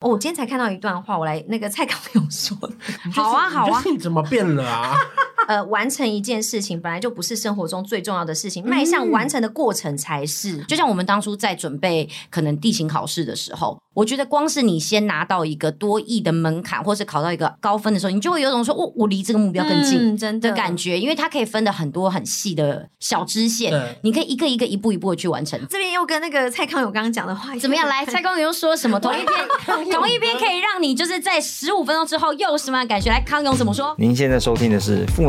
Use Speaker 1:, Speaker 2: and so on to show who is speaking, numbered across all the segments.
Speaker 1: 哦，我今天才看到一段话，我来那个蔡康永说 的，
Speaker 2: 好啊好啊
Speaker 3: 你就是你怎么变 了啊？
Speaker 1: 呃，完成一件事情本来就不是生活中最重要的事情，迈向完成的过程才
Speaker 3: 嗯
Speaker 1: 是。
Speaker 2: 就像我们当初在准备可能地形考试的时候，我觉得光是你先拿到一个多亿的门槛，或是考到一个高分的时候，你就会有种说，哦，我离这个目标更近。
Speaker 1: 嗯真
Speaker 2: 的感。觉，因为它可以分的很多很细的小支线
Speaker 3: 对，嗯
Speaker 2: 你可以一个一个一步一步的去完成。
Speaker 1: 这边又跟那个蔡康永刚刚讲的话
Speaker 2: 怎么样？来，蔡公勇又说什么？同 一篇，同一篇可以让你就是在十五分钟之后又有什么样的感觉？来，康勇怎么说？
Speaker 4: 您现在收听的是《负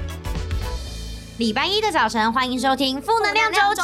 Speaker 2: 礼拜一的早晨，欢迎收听《负能量周记》。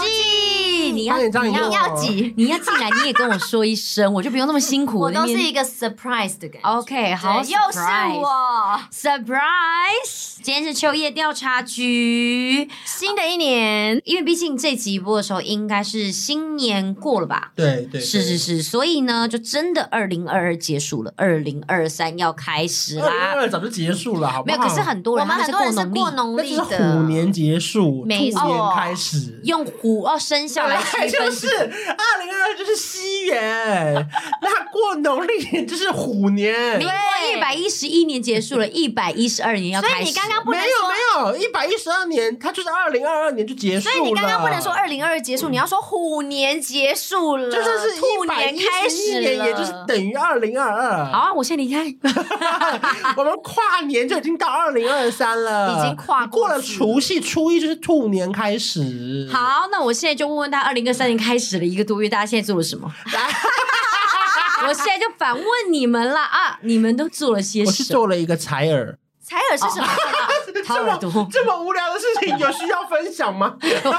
Speaker 2: 你要
Speaker 3: 快点张
Speaker 2: 你
Speaker 3: 你
Speaker 2: 要
Speaker 3: 给
Speaker 1: 不
Speaker 3: 我
Speaker 1: 要急，
Speaker 2: 你要进来，你也跟我说一声，我就不用那么辛苦。
Speaker 1: 我都是
Speaker 2: 那边
Speaker 1: 一个 surprise 的感觉。
Speaker 2: OK，好，
Speaker 1: 对又是。我，
Speaker 2: Surprise！今天是秋叶调查局，
Speaker 1: 新的一年
Speaker 2: 因为毕竟这集播的时候应该是新年过了吧？
Speaker 3: 对对，
Speaker 2: 是是是，所以呢，就真的二零二二结束了，二零二三要开始
Speaker 3: 二零
Speaker 2: 啦
Speaker 3: 二。二早就结束了，好不
Speaker 2: 没有，
Speaker 3: 好？
Speaker 2: 可是很多
Speaker 1: 我
Speaker 2: 人
Speaker 1: 们
Speaker 2: 他
Speaker 1: 很多人
Speaker 2: 是
Speaker 1: 是过
Speaker 2: 过
Speaker 1: 农
Speaker 2: 农历，
Speaker 3: 那
Speaker 1: 历
Speaker 3: 就是
Speaker 1: 的，
Speaker 3: 虎年结束，兔
Speaker 1: 没错
Speaker 3: 年开始。
Speaker 2: 用虎哦生肖
Speaker 3: 本
Speaker 2: 来
Speaker 3: 来
Speaker 2: 区分
Speaker 3: 就。是二零二二，就是西元，那过农历年就是虎年，没
Speaker 2: 民国一百一十一年结束 了，一百一十二年要
Speaker 1: 所
Speaker 2: 开始。
Speaker 1: 以你刚刚不能说，
Speaker 3: 有没有，一百一十二年，它就是二零二二年就结束
Speaker 1: 所
Speaker 3: 了。
Speaker 1: 以你刚刚不能说二零二结束，你要说虎年结束了，
Speaker 3: 就算是
Speaker 1: 兔
Speaker 3: 一百
Speaker 1: 年
Speaker 3: 一
Speaker 1: 开
Speaker 3: 十一
Speaker 1: 始
Speaker 3: 年，
Speaker 1: 了，
Speaker 3: 也就是等于二零二
Speaker 2: 好
Speaker 3: 二。
Speaker 2: 啊，我先离开。
Speaker 3: 我们跨年就已经到二零二三了，
Speaker 1: 已经跨
Speaker 3: 你过
Speaker 1: 过
Speaker 3: 了
Speaker 1: 去
Speaker 3: 除夕，初一就是兔年开始。
Speaker 2: 好，那我现在就问问大家，二零二三年开始了一个多月，大家现在做了 什么？我现在就反问你们啦啊，你们都做了些
Speaker 3: 我去
Speaker 2: 什么？哦
Speaker 3: 做了一个采耳，
Speaker 1: 采耳是什么？
Speaker 2: 掏
Speaker 3: 这
Speaker 2: 耳
Speaker 3: 么
Speaker 2: 朵。
Speaker 3: 这么无聊的事情，有需要分享吗？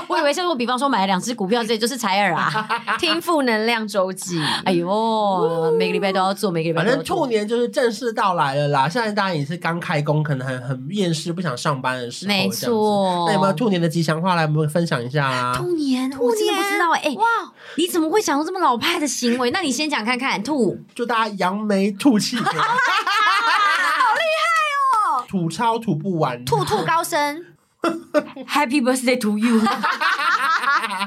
Speaker 2: 我以为是我，比方说买了两只股票，这就是采耳 啊。
Speaker 1: 听负能量周记。
Speaker 2: 哎呦，每个礼拜都要做，每个礼拜
Speaker 3: 反
Speaker 2: 都要
Speaker 3: 正
Speaker 2: 做。
Speaker 3: 兔年就是正式到来了啦，现在大家也是刚开工，可能很很厌世，不想上班的时候。
Speaker 2: 没错
Speaker 3: 这样子那有没有兔年的吉祥话来我们分享一下啊？
Speaker 2: 兔年，我真的不知道哎、哇，你怎么会想出这么老派的行为？那你先讲看看，兔
Speaker 3: 祝大家扬眉吐气，好厉害哦！吐超吐不完，
Speaker 1: 兔兔高升，
Speaker 2: Happy Birthday to you。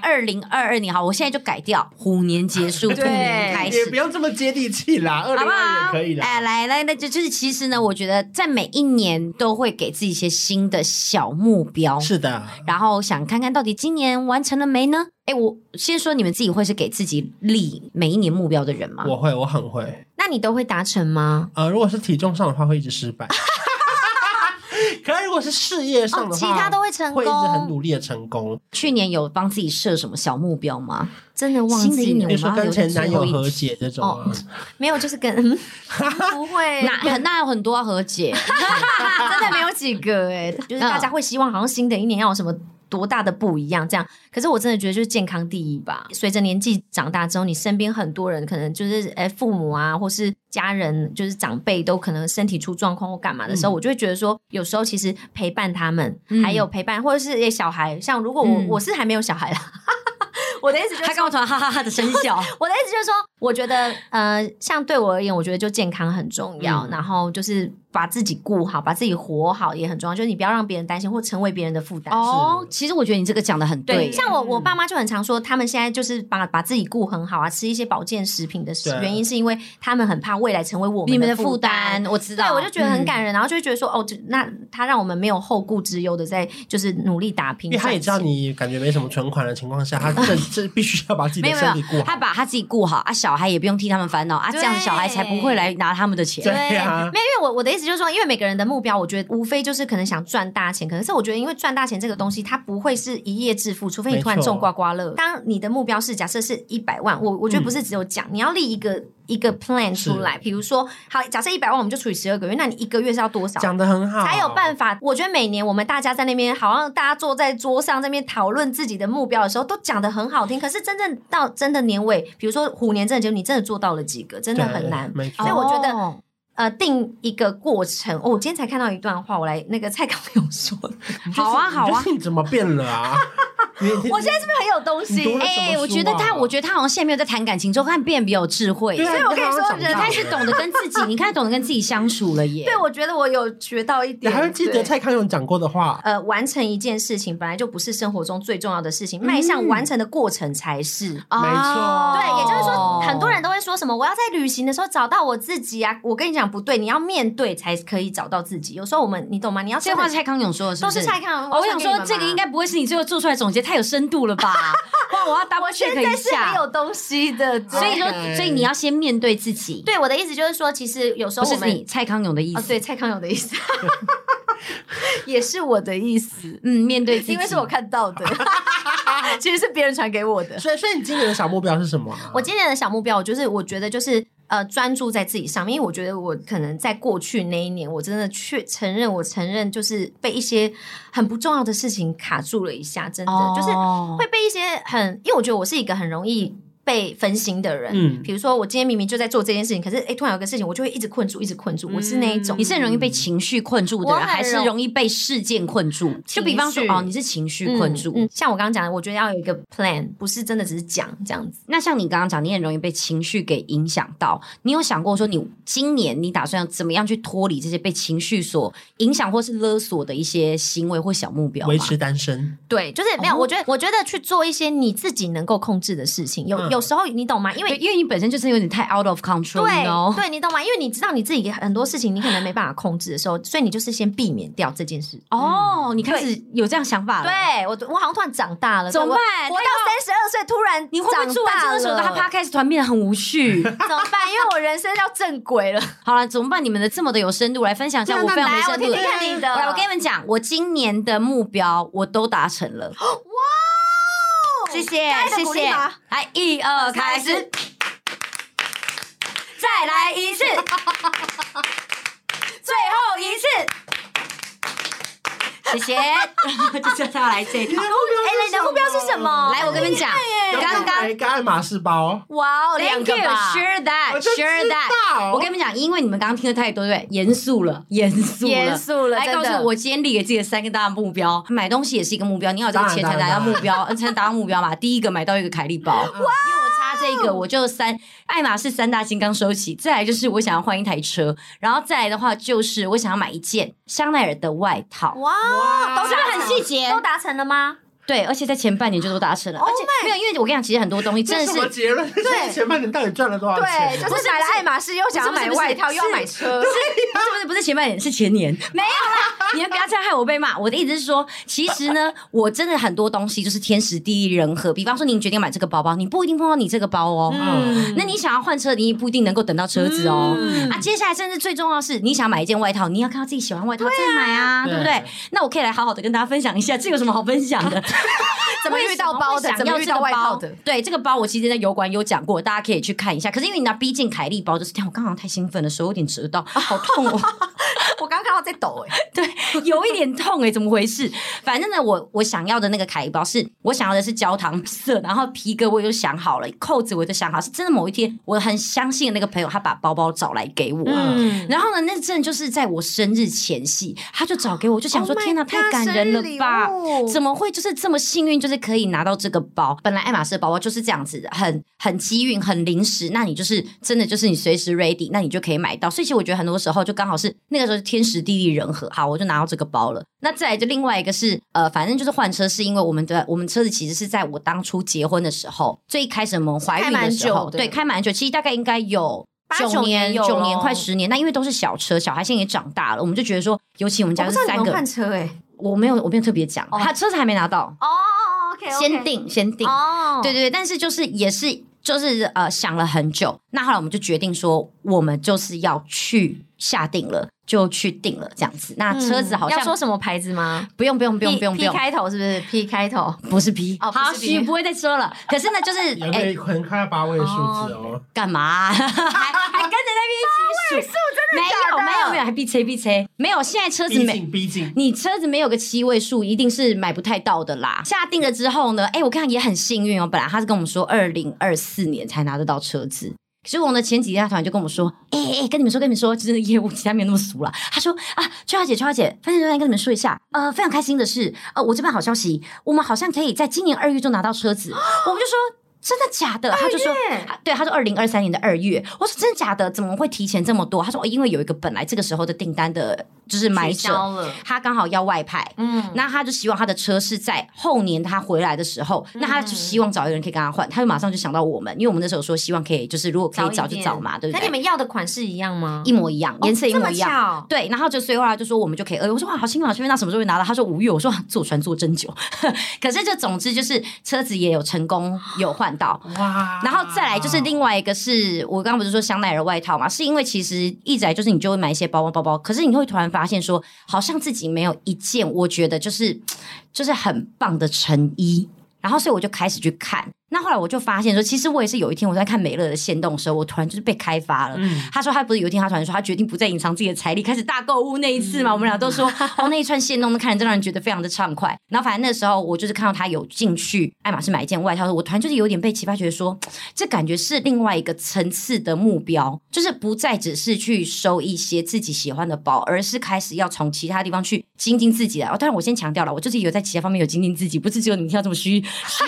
Speaker 2: 二零二二年好，我现在就改掉，虎年结束，
Speaker 1: 对
Speaker 2: 兔年开
Speaker 3: 也不
Speaker 2: 始。
Speaker 3: 用这么接地气啦，
Speaker 2: 好
Speaker 3: 二零
Speaker 2: 不
Speaker 3: 二
Speaker 2: 好？
Speaker 3: 也可以啦。
Speaker 2: 哎，来来，那就就是其实呢，我觉得在每一年都会给自己一些新的小目标，
Speaker 3: 是的，
Speaker 2: 然后想看看到底今年完成了没呢？哎，我先说你们自己会是给自己立每一年目标的人吗？
Speaker 3: 我会，我很会。
Speaker 1: 那你都会达成吗？
Speaker 3: 呃，如果是体重上的话，会一直失败。 可是如果是事业上
Speaker 1: 哦，
Speaker 3: 的
Speaker 1: 其
Speaker 3: 话，
Speaker 1: 他都会成
Speaker 3: 会一直很
Speaker 1: 功，
Speaker 3: 努力的成功。
Speaker 2: 去年有帮自己设什么小目标吗？
Speaker 1: 真的忘
Speaker 2: 新的一
Speaker 1: 记
Speaker 2: 年
Speaker 1: 了
Speaker 3: 比如说跟前男友和解这种
Speaker 1: 哦
Speaker 3: 啊，
Speaker 1: 没有，就是 跟嗯不会，
Speaker 2: 那很那有很多要和 解，
Speaker 1: 真的没有几个哎，
Speaker 2: 嗯
Speaker 1: 就是大家会希望好像新的一年要有什么。多大的不一样？这样，可是我真的觉得就是健康第一吧。随着年纪长大之后，你身边很多人可能就是哎、父母啊，或是家人，就是长辈都可能身体出状况或干嘛的时候，
Speaker 3: 嗯
Speaker 1: 我就会觉得说，有时候其实陪伴他们，
Speaker 2: 嗯
Speaker 1: 还有陪伴或者是哎小孩，像如果我、
Speaker 2: 嗯
Speaker 1: 我是还没有小孩啦， 我的意思就是
Speaker 2: 他跟我突然哈哈哈的声 笑。
Speaker 1: 我的意思就是说，我觉得，呃，像对我而言，我觉得就健康很重要，
Speaker 3: 嗯
Speaker 1: 然后就是把自己顾好，把自己活好也很重要，就是你不要让别人担心或成为别人的负担。
Speaker 2: 哦，其实我觉得你这个讲的很
Speaker 1: 对，
Speaker 2: 耶
Speaker 1: 像我我爸妈就很常说，他们现在就是把把自己顾很好啊，吃一些保健食品的
Speaker 3: 对
Speaker 1: 原因是因为他们很怕未来成为我
Speaker 2: 你
Speaker 1: 们
Speaker 2: 们的
Speaker 1: 的
Speaker 2: 负
Speaker 1: 负担
Speaker 2: 担，。我知
Speaker 1: 对，
Speaker 2: 道，
Speaker 1: 我就觉得很
Speaker 2: 嗯。
Speaker 1: 感人，然后就会觉得说，哦，就那他让我们没有后顾之忧的在就是努力打拼
Speaker 3: 因
Speaker 1: 赚钱，
Speaker 3: 为他也知道你感觉没什么存款的情况下，他这这必须要把自己
Speaker 2: 没
Speaker 3: 的
Speaker 2: 有
Speaker 3: 身
Speaker 2: 没
Speaker 3: 体顾
Speaker 2: 有，他
Speaker 3: 好。
Speaker 2: 把他自己顾好啊，小孩也不用替他们烦恼啊，这样
Speaker 1: 对
Speaker 2: 小孩才不会来拿他们的钱哦
Speaker 3: 对。
Speaker 1: 对
Speaker 3: 啊
Speaker 1: 没有，因为我我的意思就是说，因为每个人的目标，我觉得无非就是可能想赚大钱，可是我觉得因为赚大钱这个东西，它不会是一夜致富，除非你突然
Speaker 3: 嗯没错
Speaker 1: 中刮刮乐。当你的目标是假设是一百万，我我觉得不是只有讲，你要立一个一个 plan
Speaker 3: 是
Speaker 1: 出来，比如说好，假设一百万，我们就除以十二个月，那你一个月是要多少？
Speaker 3: 讲的很好，
Speaker 1: 才有办法。我觉得每年我们大家在那边，好像大家坐在桌上这边讨论自己的目标的时候，都讲的很好听。可是真正到真的年尾，比如说虎年真的结束，你真的做到了几个，真的
Speaker 3: 对
Speaker 1: 很难。
Speaker 3: 没错
Speaker 1: 所以，我觉得
Speaker 2: 哦
Speaker 1: 呃定一个过程。哦，我今天才看到一段话，我来那个蔡康永说的，
Speaker 2: 好啊好
Speaker 3: 你
Speaker 2: 啊
Speaker 3: 就是。你怎么变了啊？你
Speaker 1: 我现在是不是很有东
Speaker 3: 你读
Speaker 1: 西
Speaker 3: 了？什么
Speaker 2: 哎、
Speaker 3: 书啊
Speaker 2: 我觉得他，我觉得他好像现在没有在谈感情，之后他变得比较有智慧。
Speaker 3: 对啊
Speaker 1: 所以我跟你说
Speaker 3: 他好像长
Speaker 1: 人
Speaker 3: 大
Speaker 1: 太
Speaker 2: 开始
Speaker 3: 了
Speaker 2: 懂得跟自己，你看懂得跟自己相处了耶。
Speaker 1: 对，我觉得我有学到一
Speaker 3: 你
Speaker 1: 点。
Speaker 3: 还会记得
Speaker 1: 对
Speaker 3: 蔡康永讲过的话？
Speaker 1: 呃，完成一件事情本来就不是生活中最重要的事情，迈
Speaker 3: 嗯
Speaker 1: 向完成的过程才是。
Speaker 2: 哦，
Speaker 3: 没错
Speaker 1: 对，也就是说，很多人都会说什么我要在旅行的时候找到我自己啊。我跟你讲不对，你要面对才可以找到自己。有时候我们，你懂吗？你要
Speaker 2: 这
Speaker 1: 真
Speaker 2: 话
Speaker 1: 的
Speaker 2: 是蔡康永说的，是
Speaker 1: 都
Speaker 2: 不是？
Speaker 1: 是蔡康永。
Speaker 2: 哦我想
Speaker 1: 传给你
Speaker 2: 说
Speaker 1: 们
Speaker 2: 这个
Speaker 1: 嘛
Speaker 2: 应该不会是你最后做出来总结，太有深度了吧？哇，我要 double
Speaker 1: 我现
Speaker 2: check
Speaker 1: 在
Speaker 2: 一
Speaker 1: 是很
Speaker 2: 下。
Speaker 1: 有东西的，
Speaker 2: 所以说，
Speaker 3: OK
Speaker 2: 所以你要先面对自己，
Speaker 1: 对我的意思就是说，其实有时
Speaker 2: 不
Speaker 1: 候我
Speaker 2: 是
Speaker 1: 们
Speaker 2: 你蔡康永的意
Speaker 1: 哦，
Speaker 2: 思。
Speaker 1: 对，蔡康永的意 思，也是我的意思，
Speaker 2: 嗯，面对自己，
Speaker 1: 因为是我看到 的，其实是别人传给我的。
Speaker 3: 所以，所以你今年的小目标是什么啊？
Speaker 1: 我今年的小目标，我就是我觉得就是呃，专注在自己上面，因为我觉得我可能在过去那一年，我真的确承认，我承认就是被一些很不重要的事情卡住了一下，真的、
Speaker 2: 哦
Speaker 1: 就是会被一些很，因为我觉得我是一个很容易被分心的人。
Speaker 3: 嗯
Speaker 1: 比如说，我今天明明就在做这件事情，可是诶，突然有个事情，我就会一直困住，一直困住。我是那一种，
Speaker 2: 嗯你是很容易被情绪困住的
Speaker 1: 我
Speaker 2: 人，
Speaker 1: 很
Speaker 2: 还是
Speaker 1: 容
Speaker 2: 容易被事件困住？就比方
Speaker 1: 情
Speaker 2: 说，
Speaker 1: 绪
Speaker 2: 哦，你是情绪困住。
Speaker 1: 嗯嗯像我刚刚讲的，我觉得要有一个 plan，不是真的只是讲这样子。
Speaker 2: 那像你刚刚讲，你很容易被情绪给影响到。你有想过说，你今年你打算怎么样去脱离这些被情绪所影响或是勒索的一些行为或小目标吗？
Speaker 3: 维持单身，
Speaker 1: 对，就是
Speaker 2: 哦
Speaker 1: 没有。我觉得，我觉得去做一些你自己能够控制的事情。有、
Speaker 3: 嗯
Speaker 1: 有时候你懂吗？因
Speaker 2: 对，
Speaker 1: 为
Speaker 2: 因为你本身就是有点太 out of control，
Speaker 1: 对
Speaker 2: you know？
Speaker 1: 对，你懂吗？因为你知道你自己很多事情你可能没办法控制的时候，所以你就是先避免掉这件事。
Speaker 2: 哦，你开始有这样想法
Speaker 1: 嗯
Speaker 2: 了。，
Speaker 1: 对我，我好像突然长大了，
Speaker 2: 怎么办
Speaker 1: 我我到三十二岁突然
Speaker 2: 你会不会做完这个时候，他
Speaker 1: 长大了
Speaker 2: podcast 突然变得很无 趣？
Speaker 1: 怎么办？因为我人生要正轨了。
Speaker 2: 好了，怎么办？你们的这么的有深度，来分享一下我非常没
Speaker 1: 来，
Speaker 2: 深
Speaker 1: 我
Speaker 2: 度
Speaker 1: 听
Speaker 2: 的
Speaker 1: 听。看你的。
Speaker 2: 来，我跟你们讲，我今年的目标我都达成了。
Speaker 1: 哦
Speaker 2: 哇！谢 谢
Speaker 1: 大家
Speaker 2: 谢
Speaker 1: 鼓励
Speaker 2: 谢
Speaker 1: 吧，
Speaker 2: 来一二开始，再来 一次，最后一次，谢 谢，就是要来这一套。
Speaker 1: 哎，
Speaker 3: 哎
Speaker 1: 你的目标是什么？
Speaker 2: 来，我跟你们讲，刚刚
Speaker 3: 一个爱马仕包，
Speaker 1: 哇哦，两
Speaker 2: Thank
Speaker 1: 个
Speaker 2: you,
Speaker 1: 吧。
Speaker 2: sure
Speaker 3: 我
Speaker 2: that,
Speaker 3: 就知
Speaker 2: sure that。
Speaker 3: 道
Speaker 2: 我跟你们讲，因为你们刚刚听的太多，对不对？严肃了，严肃了，
Speaker 1: 严肃了
Speaker 2: 来
Speaker 1: 真
Speaker 2: 告
Speaker 1: 的
Speaker 2: 诉我，我今天立给自己的三个大目标，买东西也是一个目标，你要有这个钱才
Speaker 3: 当
Speaker 2: 达
Speaker 3: 然
Speaker 2: 到
Speaker 3: 当然嗯
Speaker 2: 目标，呃才能达到目标嘛。 第一个买到一个凯利包，因为我差这个，我就三爱马仕三大金刚收起。再来就是我想要换一台车，然后再来的话就是我想要买一件香奈儿的外套。
Speaker 1: 哇
Speaker 3: 哇
Speaker 1: 都是
Speaker 2: 是不是很细节
Speaker 1: 都达成了吗？
Speaker 2: 对，而且在前半年就都达成了，而且没有，因为我跟你讲，其实很多东西真
Speaker 3: 这
Speaker 2: 的
Speaker 3: 是
Speaker 2: 是
Speaker 3: Oh 什么结论？就是前半年到底赚了多少钱？
Speaker 1: 对，就是买了爱马仕，又想要买外套，
Speaker 2: 不是不是
Speaker 1: 又要买车，
Speaker 2: 不是不是不是前半年，是前 年。没有啦，你们不要这样害我被骂。我的意思是说，其实 呢，我真的很多东西就是天时地利人和。比方说，你决定买这个包包，你不一定碰到你这个包哦。
Speaker 3: 嗯
Speaker 2: 那你想要换车，你也不一定能够等到车子哦。啊，接下来甚至最重要的是，你想买一件外套，你要看到自己喜欢的外套再买啊，对不对
Speaker 3: 对？
Speaker 2: 那我可以来好好的跟大家分享 一下，这有什么好分享的？
Speaker 1: 怎么遇到包的，怎
Speaker 2: 要
Speaker 1: 么遇到外套的？？
Speaker 2: 对，这个包我其实在油管有讲过，大家可以去看一下。可是因为你拿逼近凯利包，就是这样，哎我刚刚太兴奋了，手有点 折到，好痛哦。
Speaker 1: 我刚刚看到在抖哎，
Speaker 2: 对，有一点痛哎、怎么回事？反正呢，我我想要的那个凯利包是我想要的是焦糖色，然后皮革我就想好了，扣子我就想好，是真的某一天我很相信的那个朋友，他把包包找来给我。
Speaker 1: 嗯，
Speaker 2: 然后呢，那阵就是在我生日前夕，他就找给我，我就想说
Speaker 1: Oh my
Speaker 2: 天哪，
Speaker 1: God，
Speaker 2: 太感人了吧
Speaker 1: Oh 生日礼物！
Speaker 2: 怎么会就是这么幸运，就是可以拿到这个包？本来爱马仕的包包就是这样子的，很很机运，很临时。那你就是真的就是你随时 ready，那你就可以买到。所以其实我觉得很多时候就刚好是那个时候是天时地利人和。好，我就拿到这个包了。那再来就另外一个是呃，反正就是换车，是因为我们的我们车子其实是在我当初结婚的时候，最一开始我们怀孕
Speaker 1: 开蛮
Speaker 2: 时候，
Speaker 1: 久的
Speaker 2: 对，开蛮久，其实大概应该有。
Speaker 1: 八
Speaker 2: 九
Speaker 1: 九
Speaker 2: 年、
Speaker 1: 年有
Speaker 2: 九年
Speaker 1: 咯
Speaker 2: 快十年，那因为都是小车，小孩现在也长大了，我们就觉得说，尤其我
Speaker 1: 我
Speaker 2: 们家
Speaker 1: 哦不
Speaker 2: 是
Speaker 1: 知道你
Speaker 2: 三
Speaker 1: 们
Speaker 2: 个
Speaker 1: 换，车哎，
Speaker 2: 我没有我没有特别讲，
Speaker 1: 哦
Speaker 2: 他车子还没拿到，
Speaker 1: 哦哦，OK，
Speaker 2: 先定先定，
Speaker 1: 哦，
Speaker 2: 对对对，但是就是也是就是呃想了很久，那后来我们就决定说，我们就是要去下定了，就去定了这样子。那
Speaker 1: 嗯，
Speaker 2: 车子好像
Speaker 1: 要说什么牌子吗？
Speaker 2: 不用不用不用不用不
Speaker 1: P
Speaker 2: 用
Speaker 1: P，开头是不是 P 开 头？
Speaker 2: 不是 P，
Speaker 1: 哦不是
Speaker 2: 好
Speaker 1: P
Speaker 2: 许不会再说了。可是 呢，就是
Speaker 3: 有
Speaker 2: 哎
Speaker 3: 个很快要八位的数字哦。
Speaker 2: 干嘛、啊 还还跟着那边一起数？没有
Speaker 1: 假的
Speaker 2: 没有没有，还逼车逼车，没有。现在车子
Speaker 3: 逼
Speaker 2: 没。
Speaker 3: 近逼近，
Speaker 2: 你车子没有个七位数，一定是买不太到的啦。下定了之后呢，哎、我看也很幸运哦。本来他是跟我们说二零二四年才拿得到车子，可是我的前几天，他突然就跟我说：“哎、欸、哎、欸，跟你们说，跟你们说，就是业务其他没有那么俗了。”他说：“啊，秋华姐，秋华姐，非常非常跟你们说一下，呃，非常开心的是，呃，我这边好消息，我们好像可以在今年二月就拿到车 子。”我们就说。真的假的？他就说，啊对，他说二零二三年的二月。我说真的假的？怎么会提前这么多？他说哦，因为有一个本来这个时候的订单的，就是买
Speaker 1: 取
Speaker 2: 者
Speaker 1: 消了，
Speaker 2: 他刚好要外派，
Speaker 1: 嗯，
Speaker 2: 那他就希望他的车是在后年他回来的时候，
Speaker 1: 嗯
Speaker 2: 那他就希望找一个人可以跟他换，他就马上就想到我们，因为我们那时候说希望可以，就是如果可以早就早嘛，对不
Speaker 1: 那
Speaker 2: 对
Speaker 1: 你？们要的款式一样吗？
Speaker 2: 一模一样，颜色一模
Speaker 1: 哦
Speaker 2: 一
Speaker 1: 这
Speaker 2: 样。
Speaker 1: 么巧
Speaker 2: 对，然后就所以后来就说我们就可以，呃，我说哇，好幸运，好幸运，那什么时候会拿到？他说五月，我说啊坐船坐真久， 可是就总之就是车子也有成功有换到，
Speaker 3: 哇
Speaker 2: 然后再来就是另外一个是我刚刚不是说香奈儿外套嘛，是因为其实一直来就是你就会买一些包包包包，可是你会突然发现说，好像自己没有一件我觉得就是就是很棒的成衣。然后，所以我就开始去看。那后来我就发现说，其实我也是有一天我在看美乐的限动的时候，我突然就是被开发了。
Speaker 3: 嗯
Speaker 2: 他说他不是有一天他突然说他决定不再隐藏自己的财力，开始大购物那一次嘛，我们俩都说哦那一串线弄的看着真让人觉得非常的畅快。然后反正那时候我就是看到他有进去爱马仕买一件外套，我突然就是有点被启发，觉得说这感觉是另外一个层次的目标，就是不再只是去收一些自己喜欢的包，而是开始要从其他地方去精进自己了。哦，当然我先强调了，我就是有在其他方面有精进自己，不是只有你跳这么虚虚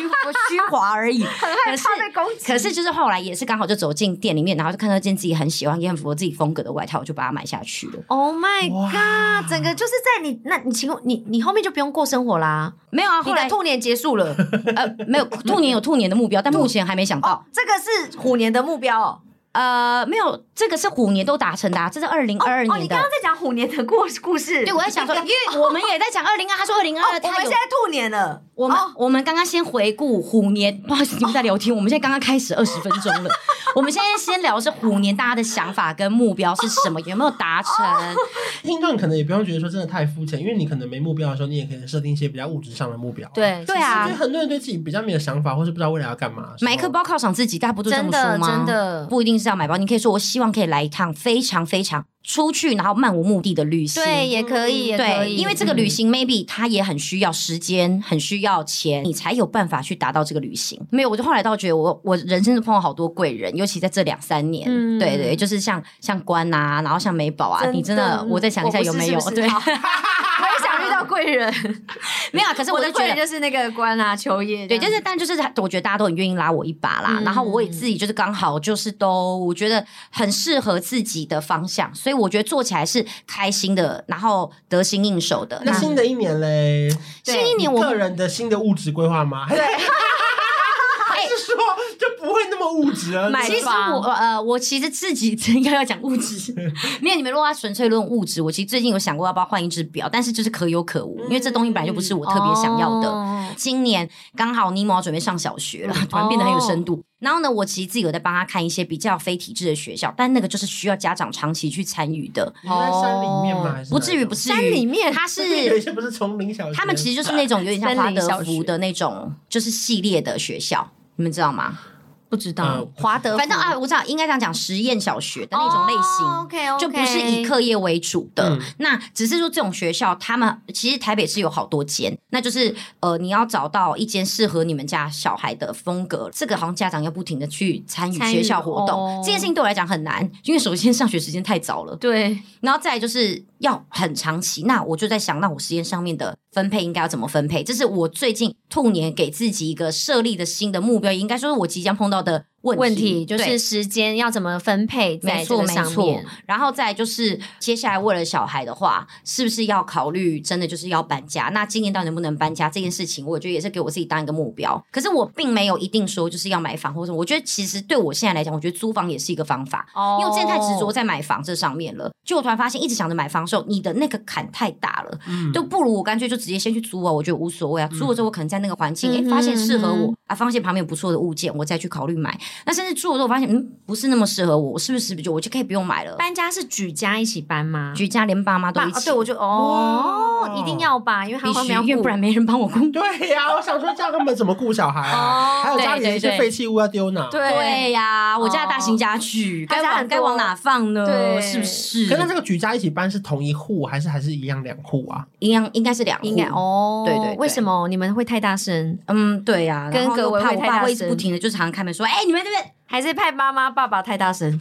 Speaker 2: 虚华 而已。很害怕被攻击。可是就是后来也是刚好就走进店里面，然后就看到一件自己很喜欢也很符合自己风格的外套，我就把它买下去了。
Speaker 1: Oh my god！整个就是在你，那你请问你你后面就不用过生活啦，
Speaker 2: 没有啊，
Speaker 1: 你
Speaker 2: 后来
Speaker 1: 的兔年结束了，
Speaker 2: 呃没有兔年有兔年的目标，但目前还没想到。
Speaker 1: 这个是虎年的目标哦。
Speaker 2: 呃，没有，这个是虎年都达成的、啊，这是二零二二
Speaker 1: 哦，
Speaker 2: 年
Speaker 1: 你
Speaker 2: 的。
Speaker 1: 刚刚在讲虎年的故故事，
Speaker 2: 对，我在 想说，因为我们也在讲二零二，他说二零
Speaker 1: 哦
Speaker 2: 二，，
Speaker 1: 我们
Speaker 2: 呃他
Speaker 1: 现
Speaker 2: 有
Speaker 1: 在兔年了，
Speaker 2: 我们
Speaker 1: 哦
Speaker 2: 我们刚刚先回顾虎年，不好意思，你们在聊天，我们现在刚刚开始二十分钟了，我们现在先聊的是虎年大家的想法跟目标是什么，有没有达
Speaker 1: 哦
Speaker 2: 成？
Speaker 3: 听众可能也不用觉得说真的太肤浅，因为你可能没目标的时候，你也可以设定一些比较物质上的目标。，
Speaker 1: 对
Speaker 2: 对
Speaker 3: 因
Speaker 2: 啊
Speaker 3: 为，很多人对自己比较没有想法，或是不知道未来要干嘛的时候。
Speaker 2: 买一颗包犒赏自己，大家不都这么
Speaker 1: 真的
Speaker 2: 说吗？
Speaker 1: 真的
Speaker 2: 不一定是要买包，你可以说我希望可以来一趟非常非常出去，然后漫无目的的旅行。
Speaker 1: 对，也可以，也可
Speaker 2: 对，
Speaker 1: 以，
Speaker 2: 因为这个旅行 maybe 它也很需要时间，很需要钱，你才有办法去达到这个旅行。没有，我就后来倒觉得我我人生是碰到好多贵人，尤其在这两三年，
Speaker 1: 嗯
Speaker 2: 对对，就是像像关啊，然后像美宝啊，
Speaker 1: 真的
Speaker 2: 你真的，我再想一下
Speaker 1: 我不
Speaker 2: 有
Speaker 1: 是
Speaker 2: 没有
Speaker 1: 是啊不是
Speaker 2: 对，
Speaker 1: 好 我也想遇到贵人，
Speaker 2: 没有啊，可是
Speaker 1: 我
Speaker 2: 我
Speaker 1: 的
Speaker 2: 就
Speaker 1: 贵
Speaker 2: 觉
Speaker 1: 人
Speaker 2: 得。
Speaker 1: 就是那个关啊，秋叶这
Speaker 2: 对，
Speaker 1: 样，
Speaker 2: 就是，但就是，我觉得大家都很愿意拉我一把啦。
Speaker 1: 嗯
Speaker 2: 然后我也自己就是刚好就是都，我觉得很适合自己的方向，所以我觉得做起来是开心的，然后得心应手的。
Speaker 3: 那
Speaker 2: 那
Speaker 3: 新的一年嘞，
Speaker 2: 新一年我
Speaker 3: 个人的新的物质规划吗？还是 还是说就不会那么物质啊了？
Speaker 2: 其实
Speaker 1: 房
Speaker 2: 我呃，我其实自己 应该要讲物质，没有你们如果要纯粹论物质，我其实最近有想过要不要换一只表，但是就是可有可无，因为这东西本来就不是我特别想要的。
Speaker 1: 哦
Speaker 2: 今年刚好尼莫准备上小学
Speaker 1: 嗯
Speaker 2: 了，突然变得很有深
Speaker 1: 哦
Speaker 2: 度。然后呢，我其实自己有在帮他看一些比较非体制的学校，但那个就是需要家长长期去参与的，
Speaker 3: 你在山里面吗？还是
Speaker 2: 不至于不
Speaker 3: 是。
Speaker 2: 至于。
Speaker 1: 山里面
Speaker 2: 他
Speaker 3: 有一
Speaker 2: 是
Speaker 3: 些不是丛林小学，
Speaker 2: 他们其实就是那种有点像华
Speaker 1: 森林小
Speaker 2: 德
Speaker 1: 学
Speaker 2: 福的那种，就是系列的学校，你们知道吗？
Speaker 1: 不知
Speaker 3: 呃
Speaker 1: 道华德福，
Speaker 2: 反正啊，我知道应该这样讲，实验小学的那种类型。
Speaker 1: ，OK OK，
Speaker 2: 就不是以课业为主的。
Speaker 3: 嗯
Speaker 2: 那只是说这种学校，他们其实台北是有好多间，那就是呃，你要找到一间适合你们家小孩的风格，这个好像家长要不停的去参与
Speaker 1: 参与
Speaker 2: 学校活动，
Speaker 1: 哦
Speaker 2: 这件事情对我来讲很难，因为首先上学时间太早了。
Speaker 1: 对，
Speaker 2: 然后再来就是要很长期，那我就在想，那我时间上面的分配应该要怎么分配？这是我最近兔年给自己一个设立的新的目标，应该说是我即将碰到的问题。
Speaker 1: 问题就
Speaker 2: 对
Speaker 1: 是时间要怎么分配在
Speaker 2: 没
Speaker 1: 这
Speaker 2: 错
Speaker 1: 个
Speaker 2: 没
Speaker 1: 上
Speaker 2: 错
Speaker 1: 面。，
Speaker 2: 然后再来就是接下来为了小孩的话，是不是要考虑真的就是要搬家？那今年到底能不能搬家这件事情，我觉得也是给我自己当一个目标。可是我并没有一定说就是要买房或者什么。我觉得其实对我现在来讲，我觉得租房也是一个方法，
Speaker 1: 哦
Speaker 2: 因为我之前太执着在买房这上面了。就我突然发现，一直想着买房的时候，你的那个坎太大
Speaker 1: 嗯
Speaker 2: 了，
Speaker 3: 嗯
Speaker 2: 就不如我干脆就直接先去租啊，我觉得无所谓啊。租了之后，我可能在那个环境，哎、
Speaker 1: 嗯哼
Speaker 2: 发现适合
Speaker 1: 嗯
Speaker 2: 我
Speaker 1: 哼
Speaker 2: 啊，发现旁边有不错的物件，我再去考虑买。那甚至住了之后发现，嗯，不是那么适合我，我是不是就我就可以不用买了？
Speaker 1: 搬家是举家一起搬吗？
Speaker 2: 举家连爸妈都
Speaker 1: 爸
Speaker 2: 一
Speaker 1: 哦，
Speaker 2: 起，
Speaker 1: 对我就哦，
Speaker 3: 哇
Speaker 1: 一定要吧，因为他
Speaker 2: 必
Speaker 1: 后
Speaker 2: 须，
Speaker 1: 面要
Speaker 2: 因为
Speaker 1: 顾
Speaker 2: 不然没人帮我工作。
Speaker 3: 对呀、我想说，叫他们怎么顾小孩啊？
Speaker 1: 哦
Speaker 3: 还有家里的一
Speaker 2: 对
Speaker 3: 些
Speaker 2: 对对
Speaker 3: 废弃物要丢哪？。
Speaker 1: 对
Speaker 2: 对
Speaker 1: 呀，哦
Speaker 2: 呀、我家的大型家具，
Speaker 1: 他
Speaker 2: 该
Speaker 1: 家
Speaker 2: 往
Speaker 1: 很
Speaker 2: 该
Speaker 1: 多
Speaker 2: 往哪放呢？
Speaker 1: 对
Speaker 2: 是不是
Speaker 3: 可？是这个举家一起搬是同一户，还是还是一样两户啊？
Speaker 2: 应该应该是两户
Speaker 1: 应该。哦，
Speaker 2: 对对对
Speaker 1: 为什么你们会太大声？
Speaker 2: 嗯，对呀、
Speaker 1: 跟
Speaker 2: 然后
Speaker 1: 葛
Speaker 2: 又
Speaker 1: 维
Speaker 2: 怕
Speaker 1: 会
Speaker 2: 我
Speaker 1: 太
Speaker 2: 爸
Speaker 1: 大
Speaker 2: 会一直
Speaker 1: 声
Speaker 2: 不停的，就是常常开门说：“哎、你们这边
Speaker 1: 还是派妈妈爸爸太大声。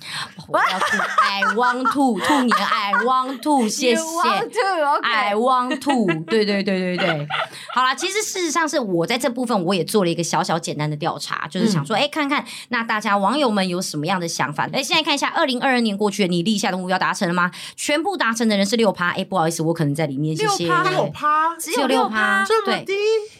Speaker 2: 我要 吐，I 哎 want to，兔年 I want to，谢
Speaker 1: You want
Speaker 2: 谢。
Speaker 1: to, OK
Speaker 2: I want to，对对对对对，好啦，其实事实上是我在这部分我也做了一个小小简单的调查，就是想说，哎、看看那大家网友们有什么样的想法？哎，现在看一下二零二二年过去了，你立下的目标达成了吗？全部达成的人是六趴，哎，不好意思，我可能在里面，谢
Speaker 3: 六
Speaker 2: 谢。
Speaker 3: 趴六趴，
Speaker 2: 只有六趴，
Speaker 3: 这么
Speaker 2: 对
Speaker 3: 低，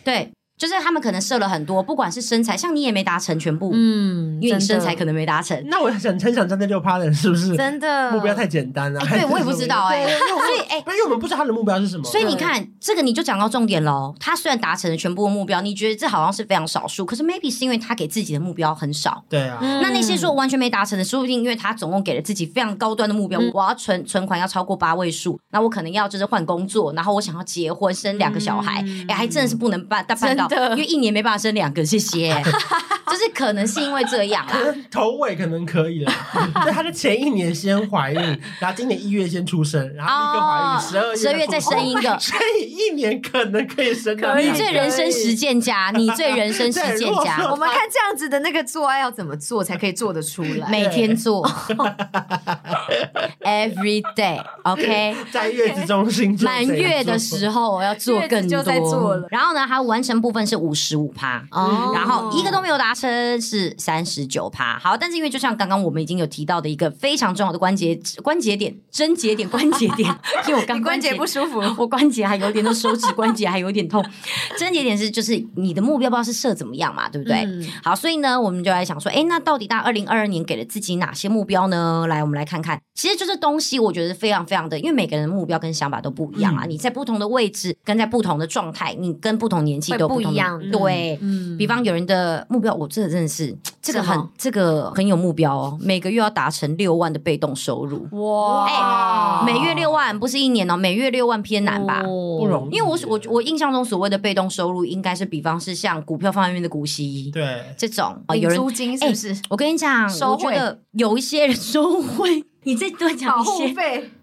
Speaker 2: 对，就是他们可能设了很多，不管是身材，像你也没达成全部，
Speaker 1: 嗯，
Speaker 2: 因为你
Speaker 1: 真
Speaker 2: 身
Speaker 1: 的
Speaker 2: 材可能没达成。
Speaker 3: 那我想很想站在六趴的人是不是？
Speaker 1: 真的
Speaker 3: 目标太简单了。
Speaker 2: 哎 对我也不知道哎
Speaker 3: 对因为我
Speaker 2: 所以哎
Speaker 3: 因为我们不知道他的目标是什么。
Speaker 2: 所以你看，这个你就讲到重点喽。他虽然达成了全部的目标，你觉得这好像是非常少数，可是 maybe 是因为他给自己的目标很少。
Speaker 3: 对啊，
Speaker 1: 嗯
Speaker 2: 那那些说完全没达成的，说不定因为他总共给了自己非常高端的目
Speaker 3: 嗯
Speaker 2: 标，我要存存款要超过八位数，那我可能要就是换工作，然后我想要结婚生两个小孩，哎、
Speaker 3: 嗯
Speaker 2: 还真的是不能办办办到，
Speaker 1: 真的
Speaker 2: 因为一年没办法生两个，谢 谢。就是可能是因为这样啦，
Speaker 3: 头尾可能 可以了，所以他是前一年先怀孕，然后今年一月先出生，然后立刻怀
Speaker 2: 哦
Speaker 3: 孕，十二
Speaker 2: 12
Speaker 3: 月
Speaker 2: 月再生一个
Speaker 3: Oh my- 所以一年可能可以生到
Speaker 1: 可以
Speaker 3: 两
Speaker 2: 你
Speaker 3: 个
Speaker 2: 最人生实践家，你最人生实践
Speaker 3: 对如
Speaker 2: 家
Speaker 1: 我
Speaker 3: 果，
Speaker 1: 们看这样子的那个做爱要怎么做才可以做得出来？
Speaker 2: 每天做，every day，OK、
Speaker 3: 在月子中心就
Speaker 2: 满月的时候要做更
Speaker 1: 月子就在做
Speaker 2: 多
Speaker 1: 了，
Speaker 2: 然后呢，它完成部分是五十五趴，
Speaker 1: 哦
Speaker 2: 然后一个都没有达成是三十九趴。好，但是因为就像刚刚我们已经有提到的一个非常重要的关节关节点、针节点、关节 点，因为我刚
Speaker 1: 你关节不舒服，
Speaker 2: 我关节还有点痛，手指 关节还有点痛。症结点是就是你的目标不知道是设怎么样嘛，对不对？
Speaker 1: 嗯
Speaker 2: 好，所以呢，我们就来想说，哎，那到底大二零二二年给了自己哪些目标呢？来，我们来看看，其实就是东西，我觉得非常非常的，因为每个人的目标跟想法都不一
Speaker 1: 嗯
Speaker 2: 样啊。你在不同的位置，跟在不同的状态，你跟不同年纪
Speaker 1: 会
Speaker 2: 都有
Speaker 1: 不
Speaker 2: 同
Speaker 1: 一
Speaker 2: 的
Speaker 1: 样的
Speaker 2: 对，
Speaker 1: 嗯哦
Speaker 2: 比方有人的目标，我这个真的是这个
Speaker 1: 什么
Speaker 2: 很这个很有目标哦，每个月要达成六万的被动收入。
Speaker 1: 哇哎
Speaker 3: 哇
Speaker 2: 每月六万不是一年哦，每月六万偏难
Speaker 1: 哦
Speaker 2: 吧？
Speaker 3: 不容易，
Speaker 2: 因为我我我印象中所谓的被动收入，应该是比方是像股票方面的股息
Speaker 3: 对
Speaker 2: 这种啊、
Speaker 1: 领
Speaker 2: 有人
Speaker 1: 租金是不是？
Speaker 2: 我跟你讲，
Speaker 1: 收
Speaker 2: 我觉
Speaker 1: 贿
Speaker 2: 得有一些人收贿，你再多讲
Speaker 1: 保
Speaker 2: 一
Speaker 1: 护
Speaker 2: 些。
Speaker 1: 费。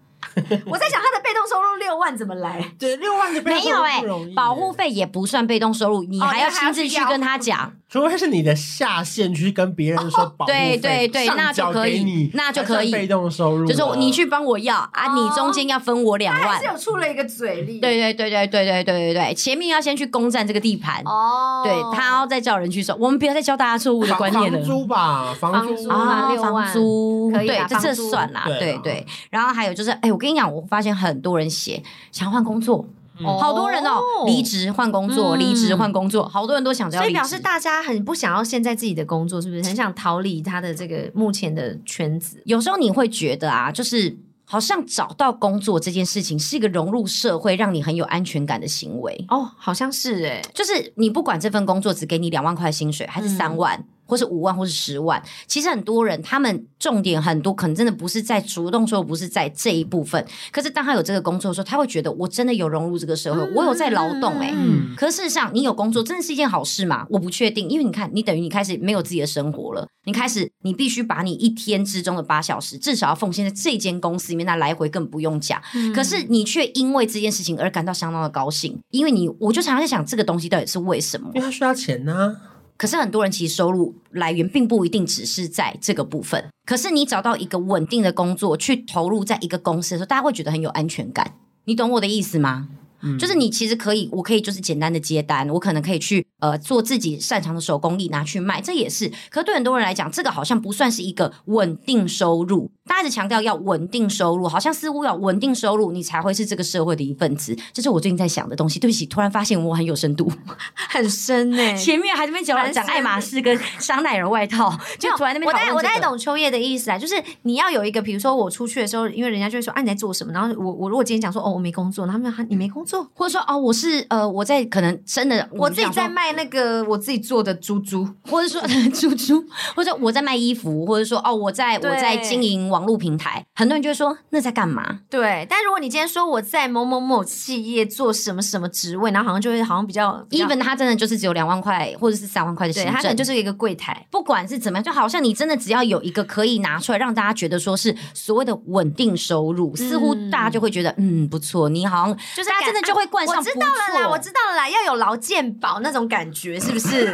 Speaker 1: 我在想他的被动收入六万怎么来？
Speaker 3: 对六万的
Speaker 2: 没有
Speaker 3: 哎
Speaker 2: 哎、，保护，费也不算被动收入，你
Speaker 1: 哦
Speaker 2: 还要
Speaker 1: 你还
Speaker 2: 亲
Speaker 1: 要
Speaker 2: 自
Speaker 1: 去
Speaker 2: 去
Speaker 1: 要
Speaker 2: 跟他讲。
Speaker 3: 除非是你的下线去跟别人说保护费，
Speaker 2: 对哦对对
Speaker 3: 上
Speaker 2: 那就可以
Speaker 3: 缴给你
Speaker 2: 那就可以
Speaker 3: 还算被动收入了，啊
Speaker 2: 就说你去帮我要啊，你
Speaker 1: 哦
Speaker 2: 中间要分我两
Speaker 1: 还
Speaker 2: 万
Speaker 1: 是。有出了一个嘴力。
Speaker 2: 对对对对对对对对对，前面要先去攻占这个地盘，
Speaker 1: 哦，
Speaker 2: 对他要再叫人去收。我们不要再教大家错误的
Speaker 3: 房
Speaker 2: 观念了
Speaker 3: 房。租吧，房
Speaker 1: 房租
Speaker 3: 租
Speaker 1: 啊
Speaker 2: 啊，
Speaker 1: 6万
Speaker 2: 房租
Speaker 1: 可以
Speaker 2: 对
Speaker 1: 啦，
Speaker 2: 这这
Speaker 1: 房租
Speaker 2: 算啦，
Speaker 3: 对啊
Speaker 2: 对
Speaker 3: 啦
Speaker 2: 对。然后还有就是，哎，我跟你讲，我发现很多人写想要换工作，
Speaker 1: 哦
Speaker 2: 好多人哦，离。职换工作，
Speaker 1: 嗯
Speaker 2: 离职换工作，好多人都想着要
Speaker 1: 所以
Speaker 2: 离
Speaker 1: 表示
Speaker 2: 职。
Speaker 1: 大家很不想要现在自己的工作，是不是很想逃离他的这个目前的圈子？
Speaker 2: 有时候你会觉得啊，就是好像找到工作这件事情是一个融入社会、让你很有安全感的行为，
Speaker 1: 哦，好像是哎、
Speaker 2: 就是你不管这份工作只给你两万块薪水，
Speaker 1: 嗯
Speaker 2: 还是三万。或是五万，或是十万，其实很多人他们重点很多，可能真的不是在主动说，不是在这一部分。可是当他有这个工作的时候，他会觉得我真的有融入这个社会，
Speaker 1: 嗯
Speaker 2: 我有在劳动、欸，
Speaker 3: 嗯
Speaker 2: 可是事实上，你有工作真的是一件好事吗？我不确定，因为你看，你等于你开始没有自己的生活了，你开始你必须把你一天之中的八小时至少要奉献在这间公司里面，那来回更不用讲。可是你却因为这件事情而感到相当的高兴，因为你我就常常在想这个东西到底是为什么
Speaker 3: 因。为他需要钱呢，
Speaker 2: 可是很多人其实收入来源并不一定只是在这个部分。可是你找到一个稳定的工作，去投入在一个公司的时候，大家会觉得很有安全感。你懂我的意思吗？
Speaker 3: 嗯
Speaker 2: 就是你其实可以，我可以就是简单的接单，我可能可以去呃做自己擅长的手工艺拿去卖，这也是。可对很多人来讲，这个好像不算是一个稳定收入。大家一直强调要稳定收入，好像似乎要稳定收入你才会是这个社会的一份子。这是我最近在想的东西。对不起，突然发现我很有深度。
Speaker 1: 很深哎、
Speaker 2: 前面还在那边讲
Speaker 1: 蛮
Speaker 2: 讲
Speaker 1: 深的
Speaker 2: 爱马仕跟香奈儿外套，就突然那边
Speaker 1: 我大
Speaker 2: 讨
Speaker 1: 概
Speaker 2: 论
Speaker 1: 我大概
Speaker 2: 这个。
Speaker 1: 懂秋叶的意思啊，就是你要有一个，比如说我出去的时候，因为人家就会说，啊你在做什么？然后我我如果今天讲说，哦我没工作，然后他们说啊你没工作，
Speaker 2: 或者说哦，我是呃，我在可能真的
Speaker 1: 嗯我自己
Speaker 2: 们讲
Speaker 1: 在
Speaker 2: 说
Speaker 1: 卖那个我自己做的猪猪，
Speaker 2: 或者说 猪猪，或者我在卖衣服，或者说哦，我在我
Speaker 1: 对
Speaker 2: 在经营网络平台，很多人就会说那在干嘛？
Speaker 1: 对。但如果你今天说我在某某某企业做什么什么职位，然后好像就会好像比较比较
Speaker 2: even 他真的就是只有两万块或者是三万块的
Speaker 1: 对
Speaker 2: 行
Speaker 1: 他可
Speaker 2: 政，
Speaker 1: 能就是一个柜台，
Speaker 2: 不管是怎么样，就好像你真的只要有一个可以拿出来让大家觉得说是所谓的稳定收入，似乎大家就会觉得嗯不错，你好像
Speaker 1: 就是
Speaker 2: 大
Speaker 1: 感
Speaker 2: 家真的就会冠上
Speaker 1: 我知道了啦，我知道了啦，要有劳健保那种感感觉，是不是？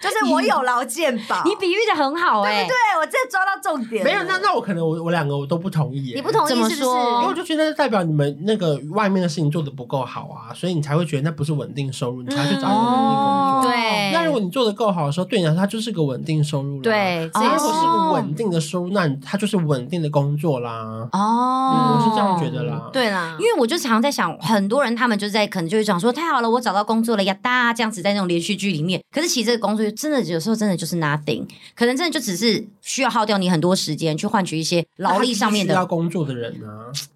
Speaker 1: 就是我有劳健保，
Speaker 2: 你比喻的很好哎、
Speaker 1: 对我这抓到重点了。
Speaker 3: 没有，那那我可能我我两个我都不同意耶。
Speaker 1: 你不同意
Speaker 2: 怎么
Speaker 1: 是不
Speaker 2: 说
Speaker 3: 因为我
Speaker 1: 是？
Speaker 3: 就觉得代表你们那个外面的事情做的不够好啊，所以你才会觉得那不是稳定收入，你才去找一个稳定工
Speaker 2: 嗯哦
Speaker 3: 作。
Speaker 1: 对，
Speaker 3: 那如果你做的够好的时候，对你来说它就是个稳定收入啦。
Speaker 1: 对，这
Speaker 2: 哦
Speaker 3: 那
Speaker 1: 也
Speaker 3: 如
Speaker 1: 是
Speaker 3: 果是个稳定的收入，那你它就是稳定的工作啦。
Speaker 2: 哦
Speaker 3: 嗯我是这样觉得啦。，
Speaker 1: 对啦
Speaker 2: 因。为我就常在想，很多人他们就在可能就会讲说，太好了，我找到工作了呀，大家这样子在那种连续剧里面，可是其实这个工作真的有时候真的就是 nothing，可能真的就只是需要耗掉你很多时间去换取一些劳力上面
Speaker 3: 那他
Speaker 2: 的
Speaker 3: 必，须需要工作的人呢，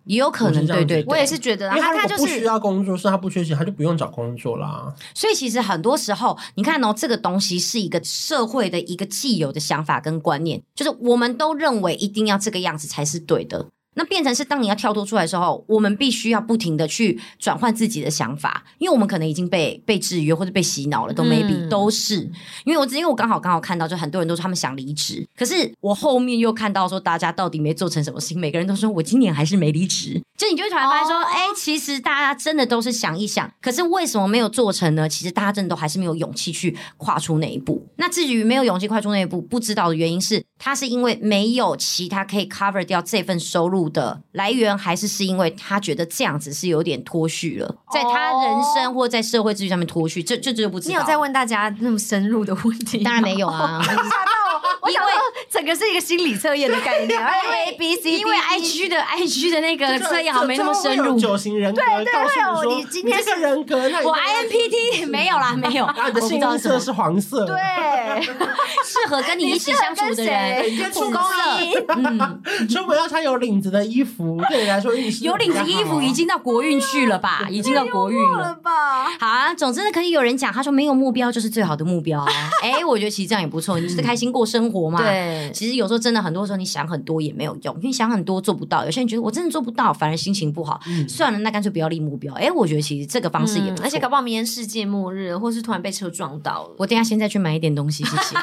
Speaker 2: 也有可能
Speaker 3: 我是这
Speaker 2: 对
Speaker 3: 样觉
Speaker 2: 对
Speaker 3: 得
Speaker 2: 对。
Speaker 1: 我也是觉得啦，
Speaker 3: 因为
Speaker 1: 啊他他
Speaker 3: 他如
Speaker 1: 就
Speaker 3: 果不需
Speaker 1: 是
Speaker 3: 要工作，是他不缺钱，他就不用找工作啦。
Speaker 2: 所以其实很多时候，你看哦，这个东西是一个社会的一个既有的想法跟观念，就是我们都认为一定要这个样子才是对的。那变成是，当你要跳脱出来的时候，我们必须要不停的去转换自己的想法，因为我们可能已经被被制约或者被洗脑了，都 maybe、
Speaker 1: 嗯
Speaker 2: 都是。因为我只因为我刚好刚好看到，就很多人都说他们想离职，可是我后面又看到说大家到底没做成什么事情，每个人都说我今年还是没离职，就你就会突然发现说，
Speaker 1: 哦
Speaker 2: 哎、其实大家真的都是想一想，可是为什么没有做成呢？其实大家真的都还是没有勇气去跨出那一步。那至于没有勇气跨出那一步，不知道的原因是，他是因为没有其他可以 cover 掉这份收入的来源，还是是因为他觉得这样子是有点脱序了，在他
Speaker 1: 哦
Speaker 2: 人生或在社会秩序上面脱序，这这这就不知道。
Speaker 1: 你有在？问大家那么深入的问 题？
Speaker 2: 当然没有。啊。
Speaker 1: 吓到我！我想
Speaker 2: 因为
Speaker 1: 说，整个是一个心理测验的概念，因为 A B C，D
Speaker 2: 因为 I G 的 I G 的那个测验好像没那么深入。
Speaker 3: 九型人格告
Speaker 1: 会
Speaker 3: 诉
Speaker 1: 有
Speaker 3: 你
Speaker 1: 你
Speaker 3: 说，
Speaker 1: 今天
Speaker 3: 你这个人格，那你
Speaker 2: 我
Speaker 3: 这个
Speaker 2: I N P T 没有啦，没有，
Speaker 3: 啊，
Speaker 2: 我
Speaker 3: 你
Speaker 2: 不
Speaker 3: 的
Speaker 2: 知
Speaker 3: 幸
Speaker 2: 道
Speaker 3: 运
Speaker 2: 是什
Speaker 3: 色
Speaker 2: 么
Speaker 3: 是黄色，
Speaker 1: 对，
Speaker 2: 适合跟你一起相处的人，
Speaker 1: 你
Speaker 3: 适合跟谁
Speaker 1: 蒲公英，
Speaker 2: 嗯，
Speaker 3: 出门要穿有领子的衣服，对你来说运势
Speaker 2: 有领子衣服已经到国运去了吧？已经到国运
Speaker 1: 够了
Speaker 2: 了。
Speaker 1: 吧？
Speaker 2: 好啊，总之呢，可以有人讲，他说没有目标就是最好的目标啊。哎，我觉得其实这样也不错，你就是开心过生活嘛。。
Speaker 1: 对，
Speaker 2: 其实有时候真的很多时候你想很多也没有用，因为想很多做不到。有些人觉得我真的做不到，反而心情不好。
Speaker 3: 嗯
Speaker 2: 算了，那干脆不要立目标。哎，我觉得其实这个方式也不错、
Speaker 1: 嗯而且搞不好明天世界末日，或是突然被车撞到了。
Speaker 2: 我等一下现在去买一点东西，谢 谢。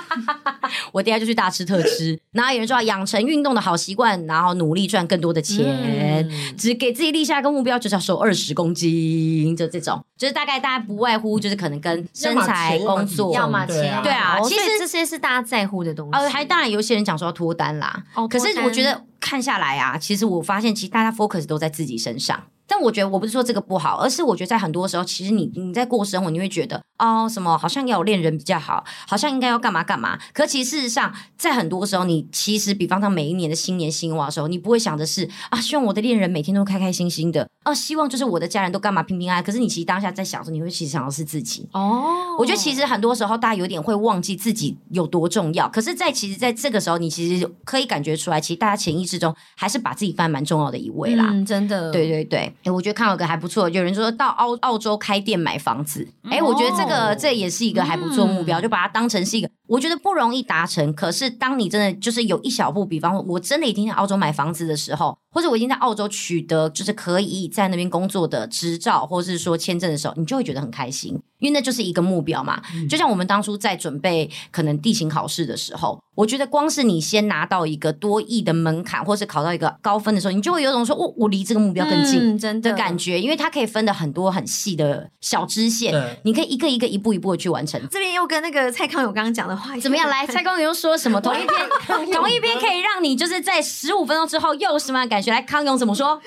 Speaker 2: 我等一下就去大吃特吃。然后有人说要养成运动的好习惯，然后努力赚更多的钱，
Speaker 1: 嗯
Speaker 2: 只给自己立下一个目标，就是要瘦二十公斤，就这种，就是大概大家不外乎就是可能跟身材、工作。
Speaker 1: 要
Speaker 3: 要
Speaker 1: 么
Speaker 3: 么
Speaker 1: 钱
Speaker 3: 钱
Speaker 1: 啊，
Speaker 3: 要么体重
Speaker 2: 对啊
Speaker 1: 哦
Speaker 2: 其实
Speaker 1: 所以这些是大家在乎的东西。
Speaker 2: 哦，还当然有些人讲说要脱单啦，
Speaker 1: 哦
Speaker 2: 可是
Speaker 1: 脱单
Speaker 2: 我觉得看下来啊，其实我发现其实大家 focus 都在自己身上。但我觉得我不是说这个不好，而是我觉得在很多时候，其实你你在过生活，你会觉得哦，什么好像要有恋人比较好，好像应该要干嘛干嘛。可其实事实上，在很多时候，你其实比方说每一年的新年新望的时候，你不会想的是啊，希望我的恋人每天都开开心心的，哦、希望就是我的家人都干嘛平平安安。可是你其实当下在想的时候，你会其实想的是自己。
Speaker 1: 哦，
Speaker 2: 我觉得其实很多时候大家有点会忘记自己有多重要，可是在，其实在这个时候，你其实可以感觉出来，其实大家潜意识中还是把自己放在蛮重要的一位啦。
Speaker 1: 嗯，真的，
Speaker 2: 对对对，哎，我觉得看到有个还不错，有人说到澳澳洲开店买房子，哎，我觉得这个、
Speaker 3: 哦
Speaker 2: 这也是一个还不错目标，就把它当成是一个，我觉得不容易达成。可是当你真的就是有一小步，比方说我真的已经在澳洲买房子的时候，或者我已经在澳洲取得就是可以在那边工作的执照，或是说签证的时候，你就会觉得很开心，因为那就是一个目标嘛。就像我们当初在准备可能地勤考试的时候，我觉得光是你先拿到一个多亿的门槛，或是考到一个高分的时候，你就会有种说，哦，我离这个目标更近。
Speaker 1: 嗯，真
Speaker 2: 的感。觉，因为它可以分的很多很细的小支线
Speaker 3: 对，
Speaker 2: 你可以一个一个一步一步的去完成。
Speaker 1: 这边又跟那个蔡康永刚刚讲的话
Speaker 2: 怎么样？来，蔡康永又说什么？同一篇，同一篇可以让你就是在十五分钟之后又有什么样的感觉？来，康永怎么说？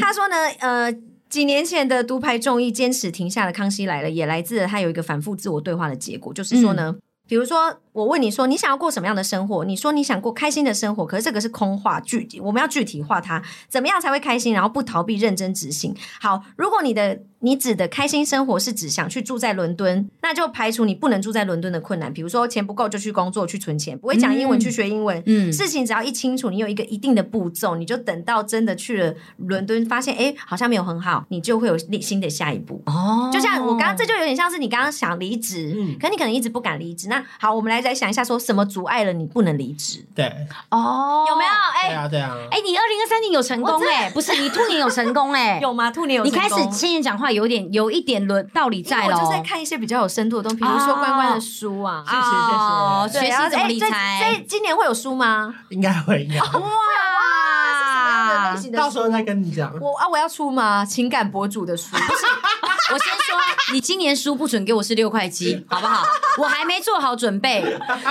Speaker 1: 他说呢，呃。几年前的独排众议坚持停下的《康熙来了》，也来自他有一个反复自我对话的结果，就是说呢，比如说我问你说你想要过什么样的生活，你说你想过开心的生活，可是这个是空话，具体我们要具体化它，怎么样才会开心，然后不逃避，认真执行。好，如果你的你指的开心生活是指想去住在伦敦，那就排除你不能住在伦敦的困难，比如说钱不够就去工作去存钱，不会讲英文、
Speaker 2: 嗯
Speaker 1: 去学英文，
Speaker 2: 嗯
Speaker 1: 事情只要一清楚，你有一个一定的步骤，你就等到真的去了伦敦，发现哎、诶好像没有很好，你就会有新的下一步。
Speaker 2: 哦
Speaker 1: 就像我刚刚，这就有点像是你刚刚想离职，
Speaker 3: 嗯
Speaker 1: 可你可能一直不敢离职。那好，我们来来想一下，说什么阻碍了你不能离职？
Speaker 3: 对，
Speaker 1: 哎
Speaker 2: 哦，有没有？哎、
Speaker 3: 对啊，对啊，
Speaker 2: 哎、你二零二三年有成功哎、不是你兔年有成功哎、
Speaker 1: 有吗？兔年有
Speaker 2: 你
Speaker 1: 成
Speaker 2: 开始
Speaker 1: 功
Speaker 2: 现在讲话有点有一点伦道理
Speaker 1: 因为
Speaker 2: 在
Speaker 1: 我
Speaker 2: 了，
Speaker 1: 就是在看一些比较有深度的东西，比如说关关的书啊。
Speaker 3: 谢谢谢谢
Speaker 2: 哦
Speaker 1: 对
Speaker 2: 学
Speaker 1: 然后
Speaker 2: 习怎么
Speaker 1: 诶
Speaker 2: 理
Speaker 1: 这
Speaker 2: 财。
Speaker 1: 这今年会有书吗？
Speaker 3: 应该会，应该会。
Speaker 1: 哦哇，是什么样的类型的
Speaker 3: 到
Speaker 1: 书
Speaker 3: 时候再跟你讲。
Speaker 1: 我啊，我要出吗？情感博主的书，不是
Speaker 2: 我先说，你今年输不准给我是六块鸡，好不好？我还没做好准备，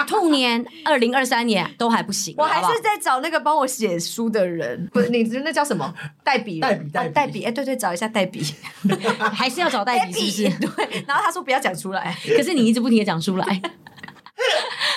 Speaker 2: 兔年二零二三年都还不行，
Speaker 1: 我还
Speaker 2: 好不好
Speaker 1: 是在找那个帮我写书的人，不是你那叫什么代笔人？
Speaker 3: 代笔代
Speaker 1: 啊
Speaker 3: 笔
Speaker 1: 代笔，哎，对对，找一下代笔，
Speaker 2: 还是要找代笔，是不是？
Speaker 1: 对。然后他说不要讲出来，
Speaker 2: 可是你一直不停的讲出来。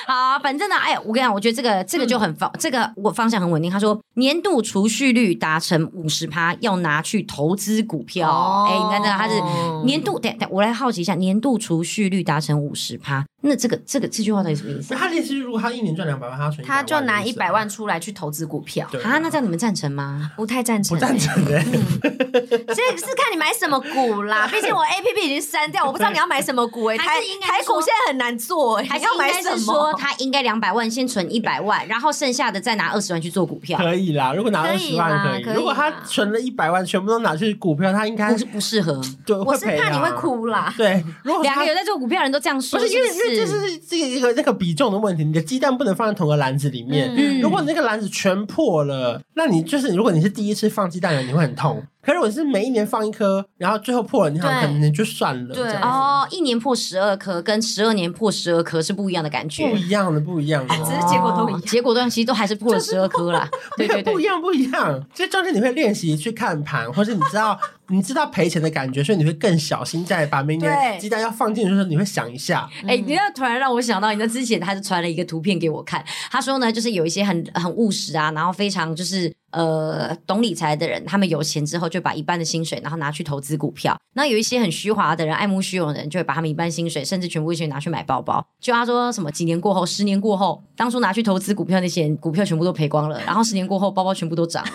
Speaker 2: 好，反正呢，哎，我跟你讲，我觉得这个这个就很
Speaker 3: 嗯
Speaker 2: 方，这个我方向很稳定。他说，年度储蓄率达成五十趴，要拿去投资股票。
Speaker 1: 哦
Speaker 2: 哎、你看这个，他是年度，等等，我来好奇一下，年度储蓄率达成五十趴，那这个这个这句话到底什么意思
Speaker 3: 那他的意思是，如果他一年赚两百万，他存100
Speaker 1: 他就
Speaker 3: 万
Speaker 1: 拿
Speaker 3: 的意
Speaker 1: 一
Speaker 3: 思
Speaker 1: 百万出来去投资股票，
Speaker 3: 对
Speaker 2: 啊？那这样你们赞成吗？
Speaker 1: 不太赞成，
Speaker 3: 不赞成的，
Speaker 1: 这是看你买什么股 啦，毕竟我 A P P 已经删掉，我不知道你要买什么股哎、
Speaker 2: 还
Speaker 1: 台
Speaker 2: 是应该
Speaker 1: 台
Speaker 2: 说
Speaker 1: 股现在很难做哎、
Speaker 2: 还
Speaker 1: 你
Speaker 2: 是
Speaker 1: 要
Speaker 2: 应
Speaker 1: 买
Speaker 2: 该
Speaker 1: 什
Speaker 2: 是说，
Speaker 1: 么？
Speaker 2: 他应该两百万先存一百万，然后剩下的再拿二十万去做股票？
Speaker 3: 可以啦。如果拿
Speaker 1: 啊可
Speaker 3: 二
Speaker 1: 以
Speaker 3: 十
Speaker 1: 啦
Speaker 3: 万可以，
Speaker 1: 可以啦
Speaker 3: 如果他存了一百万，全部都拿去股票，他应该
Speaker 2: 不是不适合，
Speaker 3: 对
Speaker 1: 我
Speaker 3: 会
Speaker 1: 是
Speaker 3: 赔
Speaker 1: 怕
Speaker 3: 啊
Speaker 1: 你会。哭啦。
Speaker 3: 对，如果
Speaker 2: 两
Speaker 3: 他
Speaker 2: 个有在做股票的人都这样
Speaker 3: 不
Speaker 2: 说，
Speaker 3: 是因为因为这
Speaker 2: 不
Speaker 3: 是这个一个那个比重的问题，你的鸡蛋不能放在同个篮子里面。
Speaker 1: 嗯
Speaker 3: 如果你那个篮子全破了，那你就是如果你是第一次放鸡蛋的，你会很痛。可是我是每一年放一颗，然后最后破了，你好像
Speaker 1: 对
Speaker 3: 可能就算了，
Speaker 1: 对
Speaker 3: 这样
Speaker 2: 哦，一年破十二颗跟十二年破十二颗是不一样的感觉，
Speaker 3: 不一样的，不一样的，
Speaker 1: 哎只是结果都一样
Speaker 2: 哦结果都其实都还是破了十二颗啦。对对
Speaker 3: 不
Speaker 2: 对，
Speaker 3: 一样，不一样。这中间你会练习去看盘，或是你知道你知道赔钱的感觉，所以你会更小心，在把明
Speaker 1: 对
Speaker 3: 年鸡蛋要放进去的时候，你会想一下。
Speaker 2: 哎，你那突然让我想到，你知道之前他就传了一个图片给我看，他说呢，就是有一些很很务实啊，然后非常就是呃懂理财的人，他们有钱之后就把一半的薪水，然后拿去投资股票。那有一些很虚华的人，爱慕虚荣的人，就会把他们一半薪水，甚至全部钱拿去买包包。就他说什么几年过后，十年过后，当初拿去投资股票那些人，股票全部都赔光了，然后十年过后，包包全部都涨了。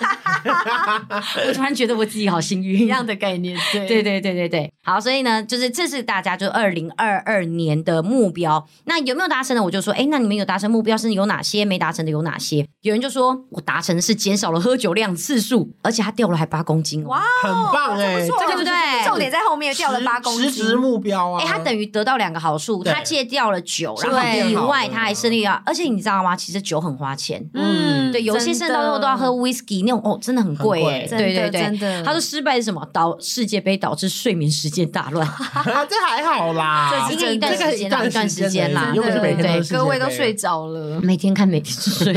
Speaker 2: 我突然觉得我自己好幸运
Speaker 1: 一样的概念，对
Speaker 2: 对对对对对，好，所以呢，就是这是大家就二零二二年的目标。那有没有达成的？我就说，哎，那你们有达成目标，甚至有哪些没达成的有哪些？有人就说我达成的是减少了喝酒量次数，而且他掉了还八公斤哦。
Speaker 1: 哇，
Speaker 3: 很棒哎、
Speaker 1: 这不错
Speaker 2: 这个对不对
Speaker 1: 重点在后面掉了
Speaker 3: 实
Speaker 1: 八公斤，
Speaker 3: 实质目标啊！
Speaker 2: 哎，他等于得到两个好处，
Speaker 3: 对
Speaker 2: 他戒掉了酒，然后
Speaker 1: 对
Speaker 2: 以外他还胜利了，而且你知道吗？其实酒很花钱，
Speaker 1: 嗯，
Speaker 2: 对，有些
Speaker 1: 真
Speaker 2: 圣
Speaker 1: 的
Speaker 2: 诞都都要喝 whisky，那种哦，真的很贵
Speaker 3: 很贵
Speaker 2: 哎，
Speaker 1: 真
Speaker 2: 对
Speaker 1: 的
Speaker 2: 对
Speaker 1: 真
Speaker 2: 对。
Speaker 1: 的，
Speaker 2: 他说失败是什么？导世界杯导致睡眠时间大乱，
Speaker 3: 啊这还好啦，
Speaker 1: 这
Speaker 2: 应该一段时间啦，一段
Speaker 3: 这个一段
Speaker 2: 时
Speaker 3: 时
Speaker 2: 间
Speaker 3: 间
Speaker 2: 啦
Speaker 3: 而已，又不是每天
Speaker 1: 对
Speaker 3: 都
Speaker 1: 对
Speaker 3: 是
Speaker 1: 各位
Speaker 3: 世界
Speaker 1: 都
Speaker 3: 杯
Speaker 1: 睡着了，
Speaker 2: 每天看，每天 睡。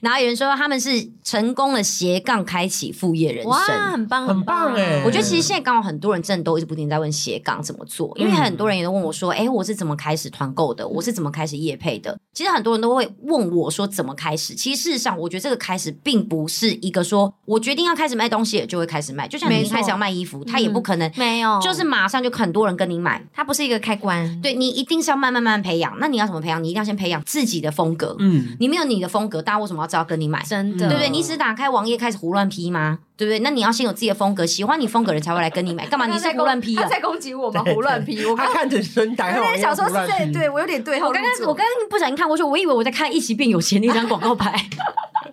Speaker 2: 然后有人说他们是成功的斜杠开启副业人
Speaker 1: 哇，
Speaker 2: 生。
Speaker 1: 很棒，
Speaker 3: 很棒哎
Speaker 2: 我觉得其实现在刚好很多人真的都一直不停在问斜杠怎么做，
Speaker 1: 嗯
Speaker 2: 因为很多人也都问我说：“哎、我是怎么开始团购的？我是怎么开始业配的？”其实很多人都会问我说怎么开始。其实事实上，我觉得这个开始并不是一个说我决定要开始卖东西了就会开始卖，就像
Speaker 1: 没
Speaker 2: 你
Speaker 1: 错嗯哦
Speaker 2: 开始要卖衣服，他也不可能
Speaker 1: 没有，
Speaker 2: 就是马上就很多人跟你买。
Speaker 1: 它不是一个开关，
Speaker 2: 对你一定是要慢慢慢慢培养。那你要怎么培养？你一定要先培养自己的风格。
Speaker 3: 嗯，
Speaker 2: 你没有你的风格，大家为什么要知道跟你买？
Speaker 1: 真的，
Speaker 2: 对不对？你只打开网页开始胡乱批吗？对不对？那你要先有自己的风格，喜欢你风格的人才会来跟 你买。干嘛？你是胡乱批
Speaker 1: 他
Speaker 2: 啊？
Speaker 1: 在攻击我吗？胡乱批，我刚
Speaker 3: 他看着孙达，
Speaker 1: 有点想说是
Speaker 3: 在
Speaker 1: 在对我啊有点对号
Speaker 2: 我
Speaker 1: 入
Speaker 2: 刚
Speaker 1: 座，
Speaker 2: 刚我刚刚不小心看过去，我以为我在看《一起变有钱》那张广告牌，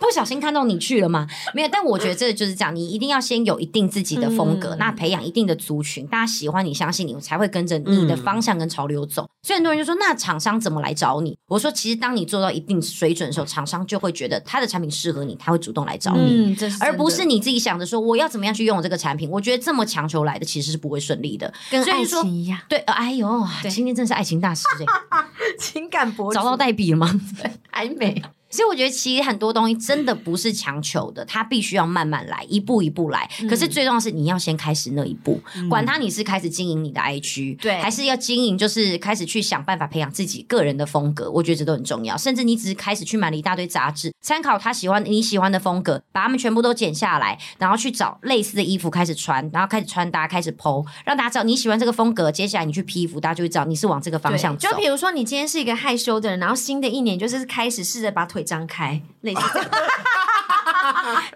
Speaker 2: 不小心看到你去了吗？没有，但我觉得这就是这样，你一定要先有一定自己的风格，
Speaker 1: 嗯
Speaker 2: 那培养一定的族群，大家喜欢你、相信你，我才会跟着你的方向跟潮流走。
Speaker 1: 嗯
Speaker 2: 所以很多人就说，那厂商怎么来找你？我说，其实当你做到一定水准的时候，厂商就会觉得他的产品适合你，他会主动来找你。
Speaker 1: 嗯，这是
Speaker 2: 而不
Speaker 1: 真
Speaker 2: 是
Speaker 1: 的
Speaker 2: 你自己想着说我要怎么样去拥有这个产品。我觉得这么强求来的其实是不会顺利的。
Speaker 1: 跟
Speaker 2: 所以
Speaker 1: 爱
Speaker 2: 说
Speaker 1: 情一样，
Speaker 2: 对，呃哎呦
Speaker 1: 对，
Speaker 2: 今天真是爱情大师 哎、
Speaker 1: 情感博
Speaker 2: 找到代笔了吗？
Speaker 1: 暧昧，
Speaker 2: 所以我觉得其实很多东西真的不是强求的，它必须要慢慢来，一步一步来。
Speaker 1: 嗯
Speaker 2: 可是最重要的是你要先开始那一步，管他你是开始经营你的 IG，
Speaker 1: 对
Speaker 2: 还是要经营，就是开始去想办法培养自己个人的风格，我觉得这都很重要。甚至你只是开始去买了一大堆杂志，参考他喜欢你喜欢的风格，把它们全部都剪下来，然后去找类似的衣服开始穿，然后开始穿搭，开始 PO，让大家知道你喜欢这个风格。接下来你去批衣服，大家就会知道你是往这个方向走
Speaker 1: 对。就比如说，你今天是一个害羞的人，然后新的一年就是开始试着把腿张开，类似这样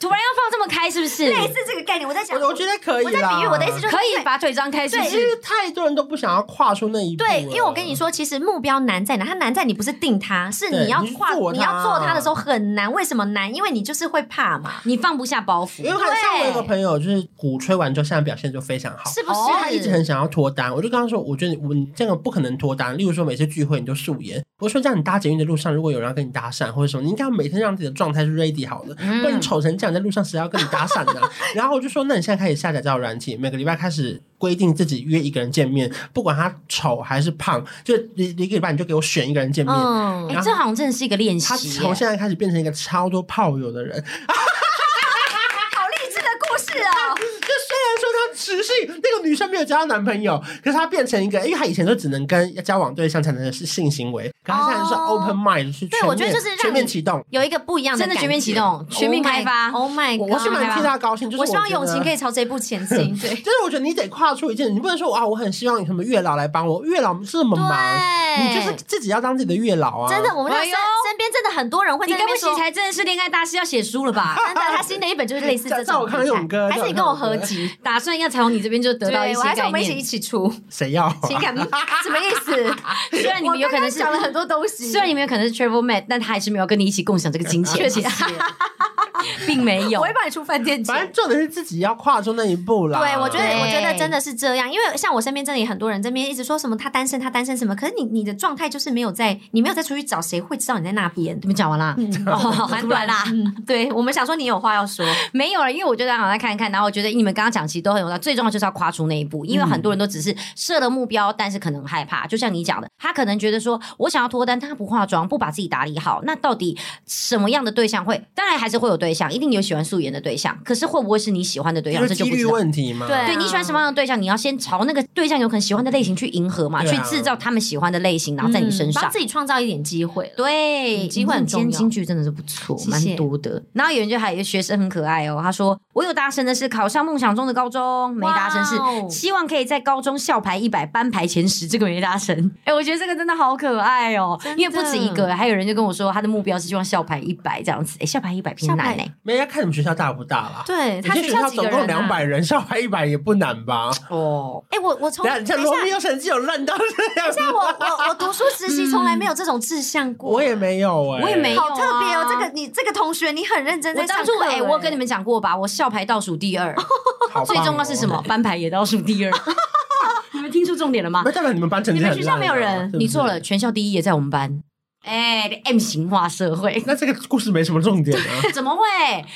Speaker 2: 突然要放这么开，是不是？
Speaker 1: 类似这个概念。我在想，
Speaker 3: 我我觉得可以
Speaker 1: 我在
Speaker 3: 啦。
Speaker 1: 比喻我的意思，就是
Speaker 2: 可以把腿张开，是不
Speaker 3: 对，
Speaker 2: 是
Speaker 3: 其？实太多人都不想要跨出那一步了。
Speaker 1: 对，因为我跟你说，其实目标难在哪？它难在你不是定它，是
Speaker 3: 对
Speaker 1: 你要
Speaker 3: 你去
Speaker 1: 跨，
Speaker 3: 做
Speaker 1: 你要
Speaker 3: 它
Speaker 1: 做它的时候很难。为什么难？因为你就是会怕嘛，
Speaker 2: 你放不下包袱
Speaker 3: 因为，看像我有个朋友，就是鼓吹完之后，现在表现就非常好。
Speaker 1: 是不
Speaker 2: 哦
Speaker 3: 他一直
Speaker 1: 是？
Speaker 3: 很想要脱单，我就跟他说，我觉得你我你这个不可能脱单。例如说，每次聚会你就素颜，我说这样你搭捷运的路上，如果有人要跟你搭讪或者什么，你应该要每天让自己的状态是 ready 好的，不然你
Speaker 2: 嗯
Speaker 3: 丑成这样，在路上谁要跟你搭讪呢、 然后我就说，那你现在开始下载交友软体，每个礼拜开始规定自己约一个人见面，不管他丑还是胖，就一一个礼拜你就给我选一个人见面。
Speaker 1: 嗯
Speaker 2: 哎、
Speaker 3: 然后
Speaker 2: 这好像真的是一个练
Speaker 3: 他
Speaker 2: 习耶。
Speaker 3: 从现在开始变成一个超多炮友的人，
Speaker 1: 好励志的故事哦！
Speaker 3: 就虽然说她持续那个女生没有交到男朋友，可是她变成一个，因为她以前都只能跟交往对象才能是性行为，可她现在是
Speaker 1: 哦
Speaker 3: open mind，是全面
Speaker 1: 对我觉得就是让你
Speaker 3: 全面启动。
Speaker 1: 有一个不一样的
Speaker 2: 真的
Speaker 1: 感
Speaker 2: 全面
Speaker 1: 觉
Speaker 2: 启动全面开发
Speaker 1: Oh my
Speaker 2: 我
Speaker 1: god！
Speaker 3: 我是蛮替她高兴，就是
Speaker 1: 我希望
Speaker 3: 觉
Speaker 1: 永
Speaker 3: 得
Speaker 1: 晴可以朝这一步前进。对。
Speaker 3: 就是我觉得你得跨出一件，你不能说啊哇，我很希望什么月老来帮我，月老这么忙，你就是自己要当自己的月老啊！
Speaker 1: 真的，，我们那
Speaker 2: 哎
Speaker 1: 身
Speaker 2: 呦
Speaker 1: 身边真的很多人会
Speaker 2: 你
Speaker 1: 在
Speaker 2: 该
Speaker 1: 那
Speaker 2: 不
Speaker 1: 边说
Speaker 2: 会，才真的是恋爱大师要写书了吧？
Speaker 1: 真的，他新的一本就是类似 这
Speaker 3: 叫叫
Speaker 1: 种
Speaker 3: 我看勇啊哥
Speaker 1: 还是你
Speaker 3: 叫
Speaker 1: 跟
Speaker 3: 我
Speaker 1: 我
Speaker 3: 看勇
Speaker 1: 合
Speaker 3: 哥
Speaker 1: 集？
Speaker 2: 打算要从你这边就得到一
Speaker 1: 对，
Speaker 2: 些
Speaker 1: 我还是
Speaker 2: 概
Speaker 1: 我们一起一
Speaker 2: 念。
Speaker 1: 起出
Speaker 3: 谁要、啊？
Speaker 1: 情感， 什么意思？
Speaker 2: 虽然你们有可能是
Speaker 1: 我刚刚讲了很多东西，
Speaker 2: 虽然你们有可能是 travel mate，但他还是没有跟你一起共享这个金 钱，
Speaker 1: 确实，
Speaker 3: 啊
Speaker 2: 并没有
Speaker 1: 我。会帮你出饭店
Speaker 3: 反正
Speaker 1: 钱。
Speaker 3: 重点是自己要跨出那一 步啦。
Speaker 1: 对，我觉得
Speaker 2: 对
Speaker 1: 我觉得真的是这样，因为像我身边真的有很多人这边一直说什么他单身他单身什么，可是你你的状态就是没有在，你没有再出去找，谁会知道你在那边？
Speaker 2: 你们讲完啦，
Speaker 3: 嗯
Speaker 2: 哦，蛮短啦。
Speaker 1: 嗯，对我们想说你有话要说，
Speaker 2: 没有了，因为我就在好像看一看，然后我觉得你们刚刚讲其实都很有道理，最重要就是要跨出那一步，因为
Speaker 3: 嗯
Speaker 2: 很多人都只是设了目标，但是可能害怕，就像你讲的，他可能觉得说我想要脱单，但他不化妆，不把自己打理好，那到底什么样的对象会？当然还是会有对象，一定有喜欢素颜的对象，可是会不会是你喜欢的对象，
Speaker 3: 就
Speaker 2: 这
Speaker 3: 是
Speaker 2: 就
Speaker 3: 几
Speaker 2: 不
Speaker 3: 率
Speaker 2: 知道。
Speaker 3: 问题嘛。
Speaker 1: 对啊
Speaker 2: 对你喜欢什么样的对象，你要先朝那个对象有可能喜欢的类型去迎合嘛，
Speaker 3: 对啊
Speaker 2: 去制造他们喜欢的类型，然后在你身
Speaker 1: 嗯
Speaker 2: 上
Speaker 1: 帮。自己创造一点机会了。
Speaker 2: 对，
Speaker 1: 嗯机会很重要
Speaker 2: 今天金句真的是不错，
Speaker 1: 谢谢
Speaker 2: 蛮多的。然后有人就还有一个学生很可爱哦，他说：“我有达成的是考上梦想中的高中，没达成
Speaker 1: 哇哦
Speaker 2: 是希望可以在高中校排一百班排前十，这个没达成。” 哎，我觉得这个真的好可爱哦
Speaker 1: 真，的
Speaker 2: 因为不止一个，还有人就跟我说他的目标是希望校排一百这样子。哎，校排一百偏难欸
Speaker 1: 校
Speaker 2: 呢、
Speaker 3: 没要看你们学校大不大啦。
Speaker 1: 对，
Speaker 3: 你
Speaker 1: 他
Speaker 3: 去
Speaker 1: 学
Speaker 3: 学校
Speaker 1: 校几
Speaker 3: 总
Speaker 1: 个
Speaker 3: 共
Speaker 1: 人
Speaker 3: 两
Speaker 1: 啊？
Speaker 3: 百人，校排一百也不难吧？
Speaker 2: 哦，
Speaker 1: 哎，我我从
Speaker 3: 等一下，
Speaker 1: 等一
Speaker 3: 你像
Speaker 1: 下，
Speaker 3: 罗密欧神经有烂到这
Speaker 1: 等
Speaker 3: 样
Speaker 1: 一
Speaker 3: 子
Speaker 1: 下，我我我读书实习从来没有这种志向过，
Speaker 3: 我也没有哎、
Speaker 2: 我也没有、
Speaker 1: 好特别哦。这个你这个同学，你很认真
Speaker 2: 我
Speaker 1: 在
Speaker 2: 当
Speaker 1: 上
Speaker 2: 初
Speaker 1: 课。
Speaker 2: 哎、我跟你们讲过吧，我校排倒数第 二，
Speaker 3: 好棒哦
Speaker 2: 最重要是什么？？班排也倒数第二。 你们听出重点了吗
Speaker 3: 没？代表你们班成绩很烂啊
Speaker 1: 你们学校没有人
Speaker 3: 是不是
Speaker 2: 你错了，全校第一也在我们班。哎、m 型化社会
Speaker 3: 那这个故事没什么重点啊。
Speaker 2: 怎么会？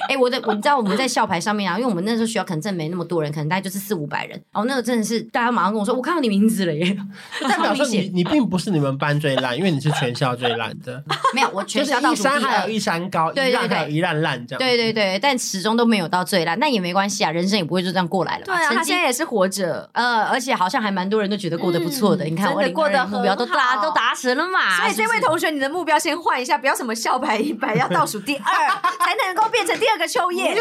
Speaker 2: 哎、我的，我你知道我们在校牌上面啊，因为我们那时候学校可能真的没那么多人，可能大概就是四五百人。哦然后那个真的是大家马上跟我说，我看到你名字了耶，
Speaker 3: 就代表
Speaker 2: 好
Speaker 3: 说
Speaker 2: 明
Speaker 3: 你
Speaker 2: 显
Speaker 3: 你并不是你们班最烂，因为你是全校最烂的，
Speaker 2: 没有，我
Speaker 3: 就
Speaker 2: 全
Speaker 3: 是
Speaker 2: 校倒
Speaker 3: 一
Speaker 2: 数第
Speaker 3: 山还
Speaker 2: 二
Speaker 3: 有。一山高，
Speaker 2: 对对
Speaker 3: 一烂
Speaker 2: 对
Speaker 3: 还有一烂烂这样。
Speaker 2: 对对对，但始终都没有到最烂，那也没关系啊，人生也不会就这样过来了
Speaker 1: 对
Speaker 2: 吧。
Speaker 1: 啊，
Speaker 2: 曾
Speaker 1: 他现
Speaker 2: 经
Speaker 1: 在也是活着，
Speaker 2: 呃，而且好像还蛮多人都觉得过得不错的。
Speaker 1: 嗯
Speaker 2: 你看，
Speaker 1: 真的
Speaker 2: 我零
Speaker 1: 过得
Speaker 2: 目标都
Speaker 1: 很
Speaker 2: 达
Speaker 1: 好
Speaker 2: 都达成了嘛。
Speaker 1: 所以这
Speaker 2: 是不
Speaker 1: 位
Speaker 2: 是
Speaker 1: 同学，你的目标先换一下，不要什么校排一百，要倒数第 二才能够变成第二个秋
Speaker 3: 你要
Speaker 1: 叶。
Speaker 3: 教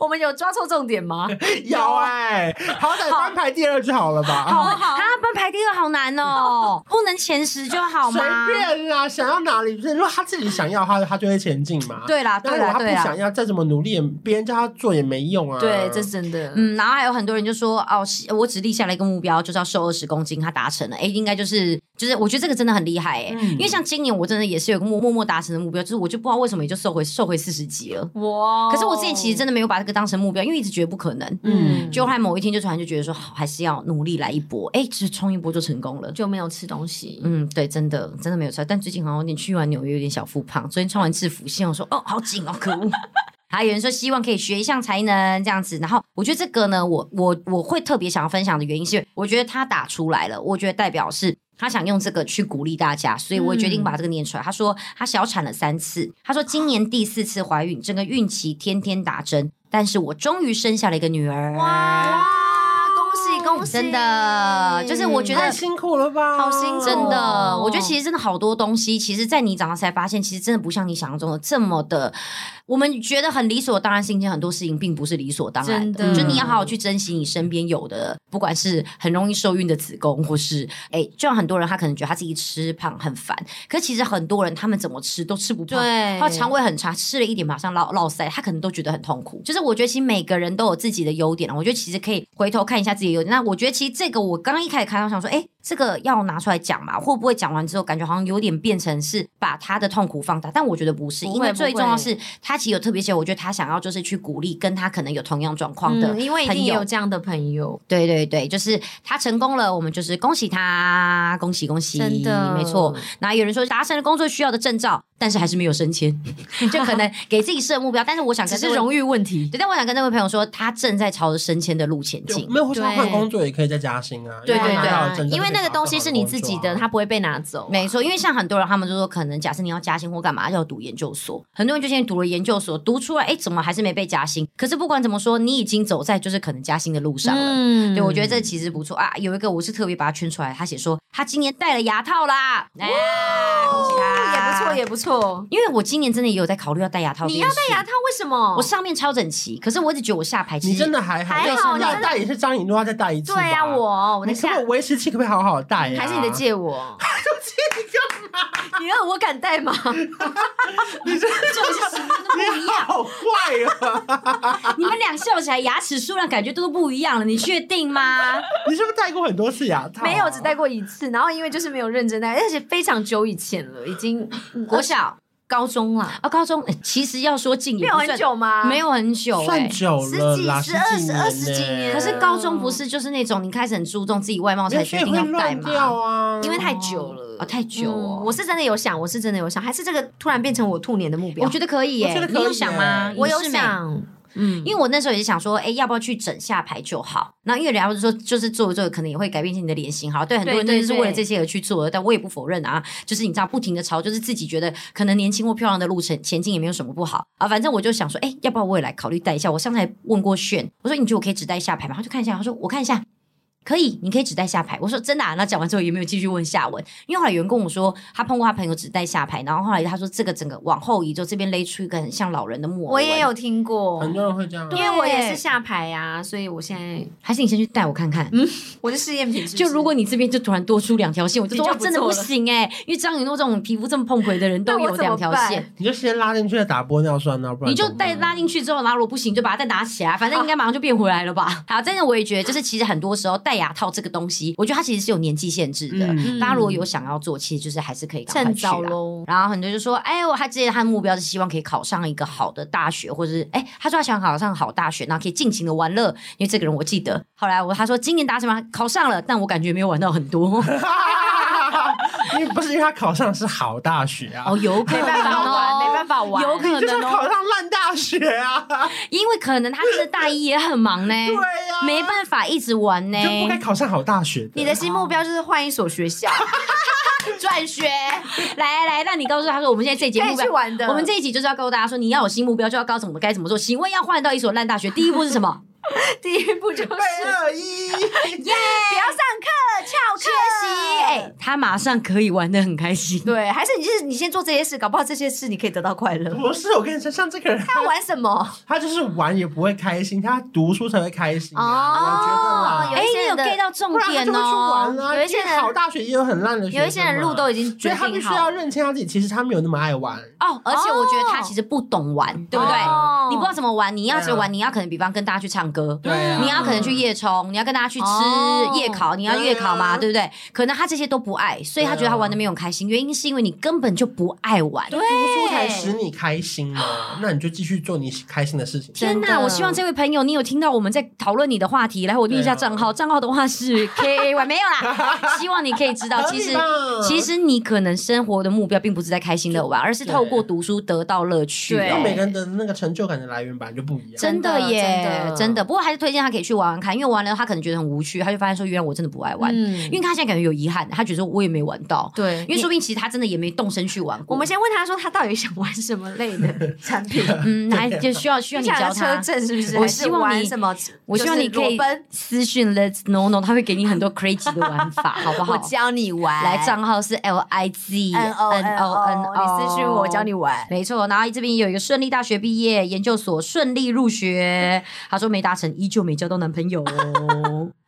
Speaker 1: 我们有抓错重点吗？
Speaker 3: 坏有哎，好歹班排第二就好了吧，
Speaker 2: 好啊，班排第二好 难哦，不能前十就好
Speaker 3: 随
Speaker 2: 吗？
Speaker 3: 便啦，想要哪里，如果他自己想要，他他就会前进嘛。
Speaker 2: 对啦，
Speaker 3: 但
Speaker 2: 对
Speaker 3: 如果
Speaker 2: 啦，
Speaker 3: 他不
Speaker 2: 对啦
Speaker 3: 想。要，再怎么努力，也别人叫他做也没用啊。
Speaker 1: 对，这是真的。
Speaker 2: 嗯，然后还有很多人就说哦，是我只立下了一个目标，就是要瘦二十公斤，他达成了。哎，应该就是就是，我觉得这个真的很厉害哎、
Speaker 3: 嗯
Speaker 2: 因为像今年我真的也是有个默默默达成的目标，就是我就不知道为什么也就瘦回瘦回四十几了。
Speaker 1: 哇哦
Speaker 2: 可是我之前其实真的没有把这个当成目标，因为一直觉得不可能。
Speaker 3: 嗯
Speaker 2: 就后来某一天就突然就觉得说，好，还是要努力来一波。哎，只冲一波就成功了。
Speaker 1: 就没有吃东西。
Speaker 2: 嗯，对，真的真的没有穿，但最近好像有点去完纽约有点小腹胖。昨天穿完制服，心想说哦，好紧哦，可恶。 还有人说希望可以学一项才能这样子，然后我觉得这个呢，我我我会特别想要分享的原因是，我觉得他打出来了，我觉得代表是。他想用这个去鼓励大家，所以我决定把这个念出来。他说他小产了三次，他说今年第四次怀孕，整个孕期天天打针，但是我终于生下了一个女儿。
Speaker 1: 哇，啊恭喜恭喜！
Speaker 2: 真的就是我觉得
Speaker 3: 太辛苦了吧，
Speaker 1: 好辛苦
Speaker 2: 真的，
Speaker 1: 哦
Speaker 2: 我觉得其实真的好多东西，其实在你长大才发现，其实真的不像你想象中的这么的。我们觉得很理所当然，是一件很多事情并不是理所当然的。
Speaker 1: 真的
Speaker 2: 就你要好好去珍惜你身边有的，不管是很容易受孕的子宫，或是哎，就像很多人他可能觉得他自己吃胖很烦，可其实很多人他们怎么吃都吃不胖。
Speaker 1: 对，
Speaker 2: 他肠胃很差，吃了一点马上落落塞，他可能都觉得很痛苦。就是我觉得其实每个人都有自己的优点啊，我觉得其实可以回头看一下自己优点。那我觉得其实这个我刚一开始看到想说，哎，这个要拿出来讲嘛？会不会讲完之后感觉好像有点变成是把他的痛苦放大？但我觉得不是，
Speaker 1: 不会
Speaker 2: 因为
Speaker 1: 不
Speaker 2: 最重要
Speaker 1: 会
Speaker 2: 是他其实有特别写，我觉得他想要就是去鼓励跟他可能有同样状况的朋
Speaker 1: 嗯，
Speaker 2: 友、
Speaker 1: 因为一定也有这样的朋友，
Speaker 2: 对对对，就是他成功了，我们就是恭喜他，恭喜恭喜，
Speaker 1: 真的
Speaker 2: 没错。那有人说达成了工作需要的证照，但是还是没有升迁， 就可 能给自己设目标，但是我想
Speaker 1: 只
Speaker 2: 跟
Speaker 1: 是
Speaker 2: 这位
Speaker 1: 荣誉问题。
Speaker 2: 对，但我想跟那位朋友说，他正在朝着升迁的路前进。
Speaker 3: 没有，或是他换
Speaker 1: 对
Speaker 3: 工作也可以再加薪啊。
Speaker 1: 对
Speaker 3: 因为
Speaker 1: 对
Speaker 3: 他拿到了
Speaker 1: 对，
Speaker 3: 真正
Speaker 1: 因为
Speaker 3: 可以
Speaker 1: 那个
Speaker 3: 找到
Speaker 1: 东西
Speaker 3: 好
Speaker 1: 是你
Speaker 3: 工
Speaker 1: 自
Speaker 3: 作
Speaker 1: 己的，
Speaker 3: 啊
Speaker 1: 它不会被拿走。
Speaker 2: 没错，因为像很多人，他们就说，可能假设你要加薪或干嘛，要读研究所，很多人就现在读了研究所，读出来，哎，怎么还是没被加薪？可是不管怎么说，你已经走在就是可能加薪的路上了。
Speaker 1: 嗯
Speaker 2: 对，我觉得这其实不错啊。有一个我是特别把它圈出来，他写说他今年戴了牙套啦，哎呀，恭喜他，
Speaker 1: 哦也不错，也不错。
Speaker 2: 因为我今年真的也有在考虑要戴牙套，
Speaker 1: 你要戴牙，套，啊为什么？
Speaker 2: 我上面超整齐，可是我一直觉得我下排其
Speaker 3: 你
Speaker 2: 实
Speaker 3: 真的还好，
Speaker 1: 还好
Speaker 3: 要
Speaker 1: 你真的
Speaker 3: 戴也是张颖诺要再戴一次
Speaker 1: 对
Speaker 3: 吧。
Speaker 1: 啊，我我的
Speaker 3: 你可不
Speaker 1: 下
Speaker 3: 可以维持器可不可以好啊好戴呀？
Speaker 1: 还是你的借 我？借你干嘛？你让我敢戴吗？
Speaker 2: 就是不一样。
Speaker 3: 好坏啊！
Speaker 2: 你们俩笑起来牙齿数量感觉都是不一样了，你确定吗？
Speaker 3: 你是不是戴过很多次牙套啊？
Speaker 1: 没有，只戴过一次，然后因为就是没有认真戴，而且非常久以前了，已经
Speaker 2: 国小
Speaker 1: 高中啦，
Speaker 2: 啊，高中哎其实要说近
Speaker 1: 没
Speaker 2: 也
Speaker 1: 有
Speaker 2: 不
Speaker 1: 很
Speaker 2: 算，
Speaker 1: 久啊吗？
Speaker 2: 没。有很久，哎
Speaker 3: 算久了啦，
Speaker 1: 十几十二十
Speaker 3: 年
Speaker 1: 二十几
Speaker 3: 呢
Speaker 1: 年
Speaker 2: 可是高中不是就是那种你开始很注重自己外貌才
Speaker 3: 没有
Speaker 2: 决
Speaker 3: 所以
Speaker 2: 定
Speaker 3: 哎会
Speaker 2: 要戴
Speaker 3: 乱
Speaker 2: 吗
Speaker 3: 掉？啊，
Speaker 1: 因为太久了，
Speaker 2: 哦太久哦
Speaker 1: 嗯我是真的有想，我是真的有想，还是这个突然变成我兔年的目标？
Speaker 2: 我觉得可以耶、欸
Speaker 3: 我觉得可以欸
Speaker 2: 你有想吗？
Speaker 3: 耶
Speaker 1: 我
Speaker 2: 你
Speaker 1: 有
Speaker 2: 是没，
Speaker 1: 想，嗯，
Speaker 2: 因为我那时候也是想说，哎、要不要去整下排就好？那因为人家就说，就是做一做，可能也会改变一下你的脸型。好，对很多人
Speaker 1: 对对
Speaker 2: 就是为了这些而去做的，但我也不否认啊，就是你知道，不停的朝就是自己觉得可能年轻或漂亮的路程前进也没有什么不好啊。反正我就想说，哎、要不要我也来考虑戴一下？我上次还问过炫，我说你觉得我可以只戴下排吗？他就看一下，他说我看一下。可以，你可以只戴下排。我说真的、啊，那讲完之后也没有继续问下文，因为后来有人跟我说，他碰过他朋友只戴下排，然后后来他说这个整个往后移，就这边勒出一个很像老人的木偶
Speaker 1: 我也
Speaker 2: 纹
Speaker 1: 有听过，
Speaker 3: 很多人会这样啊。
Speaker 1: 因为我也是下排啊，所以我现在
Speaker 2: 还是你先去带我看看。
Speaker 1: 我的试验品是不是
Speaker 2: 就如果你这边就突然多出两条线，我就说
Speaker 1: 比较
Speaker 2: 哇，
Speaker 1: 不
Speaker 2: 真的
Speaker 1: 错
Speaker 2: 不
Speaker 1: 了
Speaker 2: 行哎、因为张雨诺这种皮肤这么碰鬼的人都
Speaker 1: 那我
Speaker 2: 有
Speaker 1: 怎么
Speaker 2: 两条
Speaker 1: 办
Speaker 2: 线，
Speaker 3: 你就先拉进去再打玻尿酸啊，不然
Speaker 2: 你就
Speaker 3: 怎么办
Speaker 2: 带拉进去之后，然后如果不行就把它再拿起来，反正应该马上就变回来了吧。好，真的我也觉得，就是其实很多时候戴牙套这个东西，我觉得它其实是有年纪限制的，
Speaker 3: 嗯
Speaker 2: 大家如果有想要做，其实就是还是可以赶快
Speaker 1: 趁
Speaker 2: 去啦
Speaker 1: 早喽。
Speaker 2: 然后很多人就说，哎，我他之前他的目标是希望可以考上一个好的大学，或者是哎，他说他想考上好大学，然后可以尽情的玩乐。因为这个人我记得，后来我他说今年达成吗？考上了，但我感觉没有玩到很多。
Speaker 3: 因为不是因为他考上是好大学啊
Speaker 2: 哦，，有可 能
Speaker 1: 没办法 玩，
Speaker 2: 哦，
Speaker 1: 没办法玩，
Speaker 2: 有可
Speaker 3: 就是
Speaker 2: 能哦，
Speaker 3: 考上烂大学 啊，
Speaker 2: 因为可能他真的大一也很忙呢，
Speaker 3: 对呀，
Speaker 2: 没办法一直玩呢
Speaker 3: 就。不该考上好大学。
Speaker 1: 你的新目标就是换一所学 校，
Speaker 2: 转学，来来，那你告诉他说，我们现在这一节
Speaker 1: 可
Speaker 2: 目
Speaker 1: 以
Speaker 2: 标
Speaker 1: 去玩的。
Speaker 2: 我们这一集就是要告诉大家说，你要有新目标，就要告诉我们该怎么做。请问要换到一所烂大学，第一步是什么？
Speaker 1: 第一步就是不
Speaker 3: 贝 二一，
Speaker 1: 要上课，翘
Speaker 2: 缺席。 哎、他马上可以玩的很开心。
Speaker 1: 对，还是你就是你先做这些事，搞不好这些事你可以得到快乐。
Speaker 3: 不是我跟你说，像这个人，
Speaker 1: 他玩什 么？
Speaker 3: 他就是玩也不会开心，他读书才会开心
Speaker 1: 哦
Speaker 3: 啊。我觉得
Speaker 1: 有
Speaker 3: 啦，
Speaker 2: 哎、
Speaker 1: 一些
Speaker 2: 你有
Speaker 1: 人的
Speaker 2: get 到重
Speaker 3: 不然他
Speaker 2: 点
Speaker 3: 就会去玩
Speaker 2: 哦。
Speaker 3: 啦。
Speaker 1: 有一些人
Speaker 3: 因为好大学也有很烂的学生
Speaker 1: 有
Speaker 3: 嘛，
Speaker 1: 一些人路都已经
Speaker 3: 所以
Speaker 1: 决
Speaker 3: 他必
Speaker 1: 定
Speaker 3: 须要
Speaker 1: 好，
Speaker 3: 认清他自己，其实他没有那么爱玩。
Speaker 2: 哦，而且我觉得他
Speaker 1: 哦
Speaker 2: 其实不懂玩，对不对？
Speaker 1: 哦
Speaker 2: 你不知道怎么玩，你要是
Speaker 3: 对啊
Speaker 2: 玩，你要可能比方跟大家去唱歌，
Speaker 3: 对啊
Speaker 2: 你要可能去夜冲，你要跟大家去吃
Speaker 1: 哦
Speaker 2: 夜考，你要
Speaker 3: 对啊啊
Speaker 2: 夜考嘛，对不对？可能他这些都不爱，所以他觉得他玩的没有很开心。原因是因为你根本就不爱玩。
Speaker 3: 读书才使你开心
Speaker 2: 啊
Speaker 3: 嘛，那你就继续做你开心的事情。
Speaker 2: 天
Speaker 1: 真
Speaker 2: 呐！
Speaker 1: 的
Speaker 2: 我希望这位朋友，你有听到我们在讨论你的话题，来我念一下
Speaker 3: 对啊
Speaker 2: 账号，账号的话 是 K A Y，没有啦。希望你可以知道，
Speaker 3: 合
Speaker 2: 其
Speaker 3: 理
Speaker 2: 实
Speaker 3: 吧
Speaker 2: 其实你可能生活的目标并不是在开心的玩，而是透过读书得到乐趣
Speaker 1: 对
Speaker 3: 因为每
Speaker 2: 哦。
Speaker 3: 个人的那个成就感的来源本来就不一样。
Speaker 2: 真的耶
Speaker 1: 真，的
Speaker 2: 真的。不过还是推荐他可以去玩玩看，因为玩了他可能觉得很无趣，他就发现说原来我真的不爱玩，
Speaker 1: 嗯
Speaker 2: 因为他现在感觉有遗憾，他觉得说我也没玩到，
Speaker 1: 对
Speaker 2: 因为说不定其实他真的也没动身去玩过。
Speaker 1: 我们先问他说他到底想玩什么类 的产品？
Speaker 2: 嗯，还就需要需要
Speaker 1: 你
Speaker 2: 你
Speaker 1: 想
Speaker 2: 教
Speaker 1: 的车
Speaker 2: 他。
Speaker 1: 震是不是？
Speaker 2: 我
Speaker 1: 还是
Speaker 2: 希望
Speaker 1: 玩
Speaker 2: 你
Speaker 1: 什么？
Speaker 2: 我希望
Speaker 1: 就是
Speaker 2: 你可以
Speaker 1: 裸奔
Speaker 2: 私讯 Let's No No，他会给你很多 crazy 的玩法，好不
Speaker 1: 我
Speaker 2: 好？
Speaker 1: 教你玩。
Speaker 2: 来，账号是 L I Z
Speaker 1: N O N O N O，你私信我，我教你玩。
Speaker 2: 没错，然后这边也有一个顺利大学毕业，研究所顺利入哦学。他说没达成，依旧没交到男朋友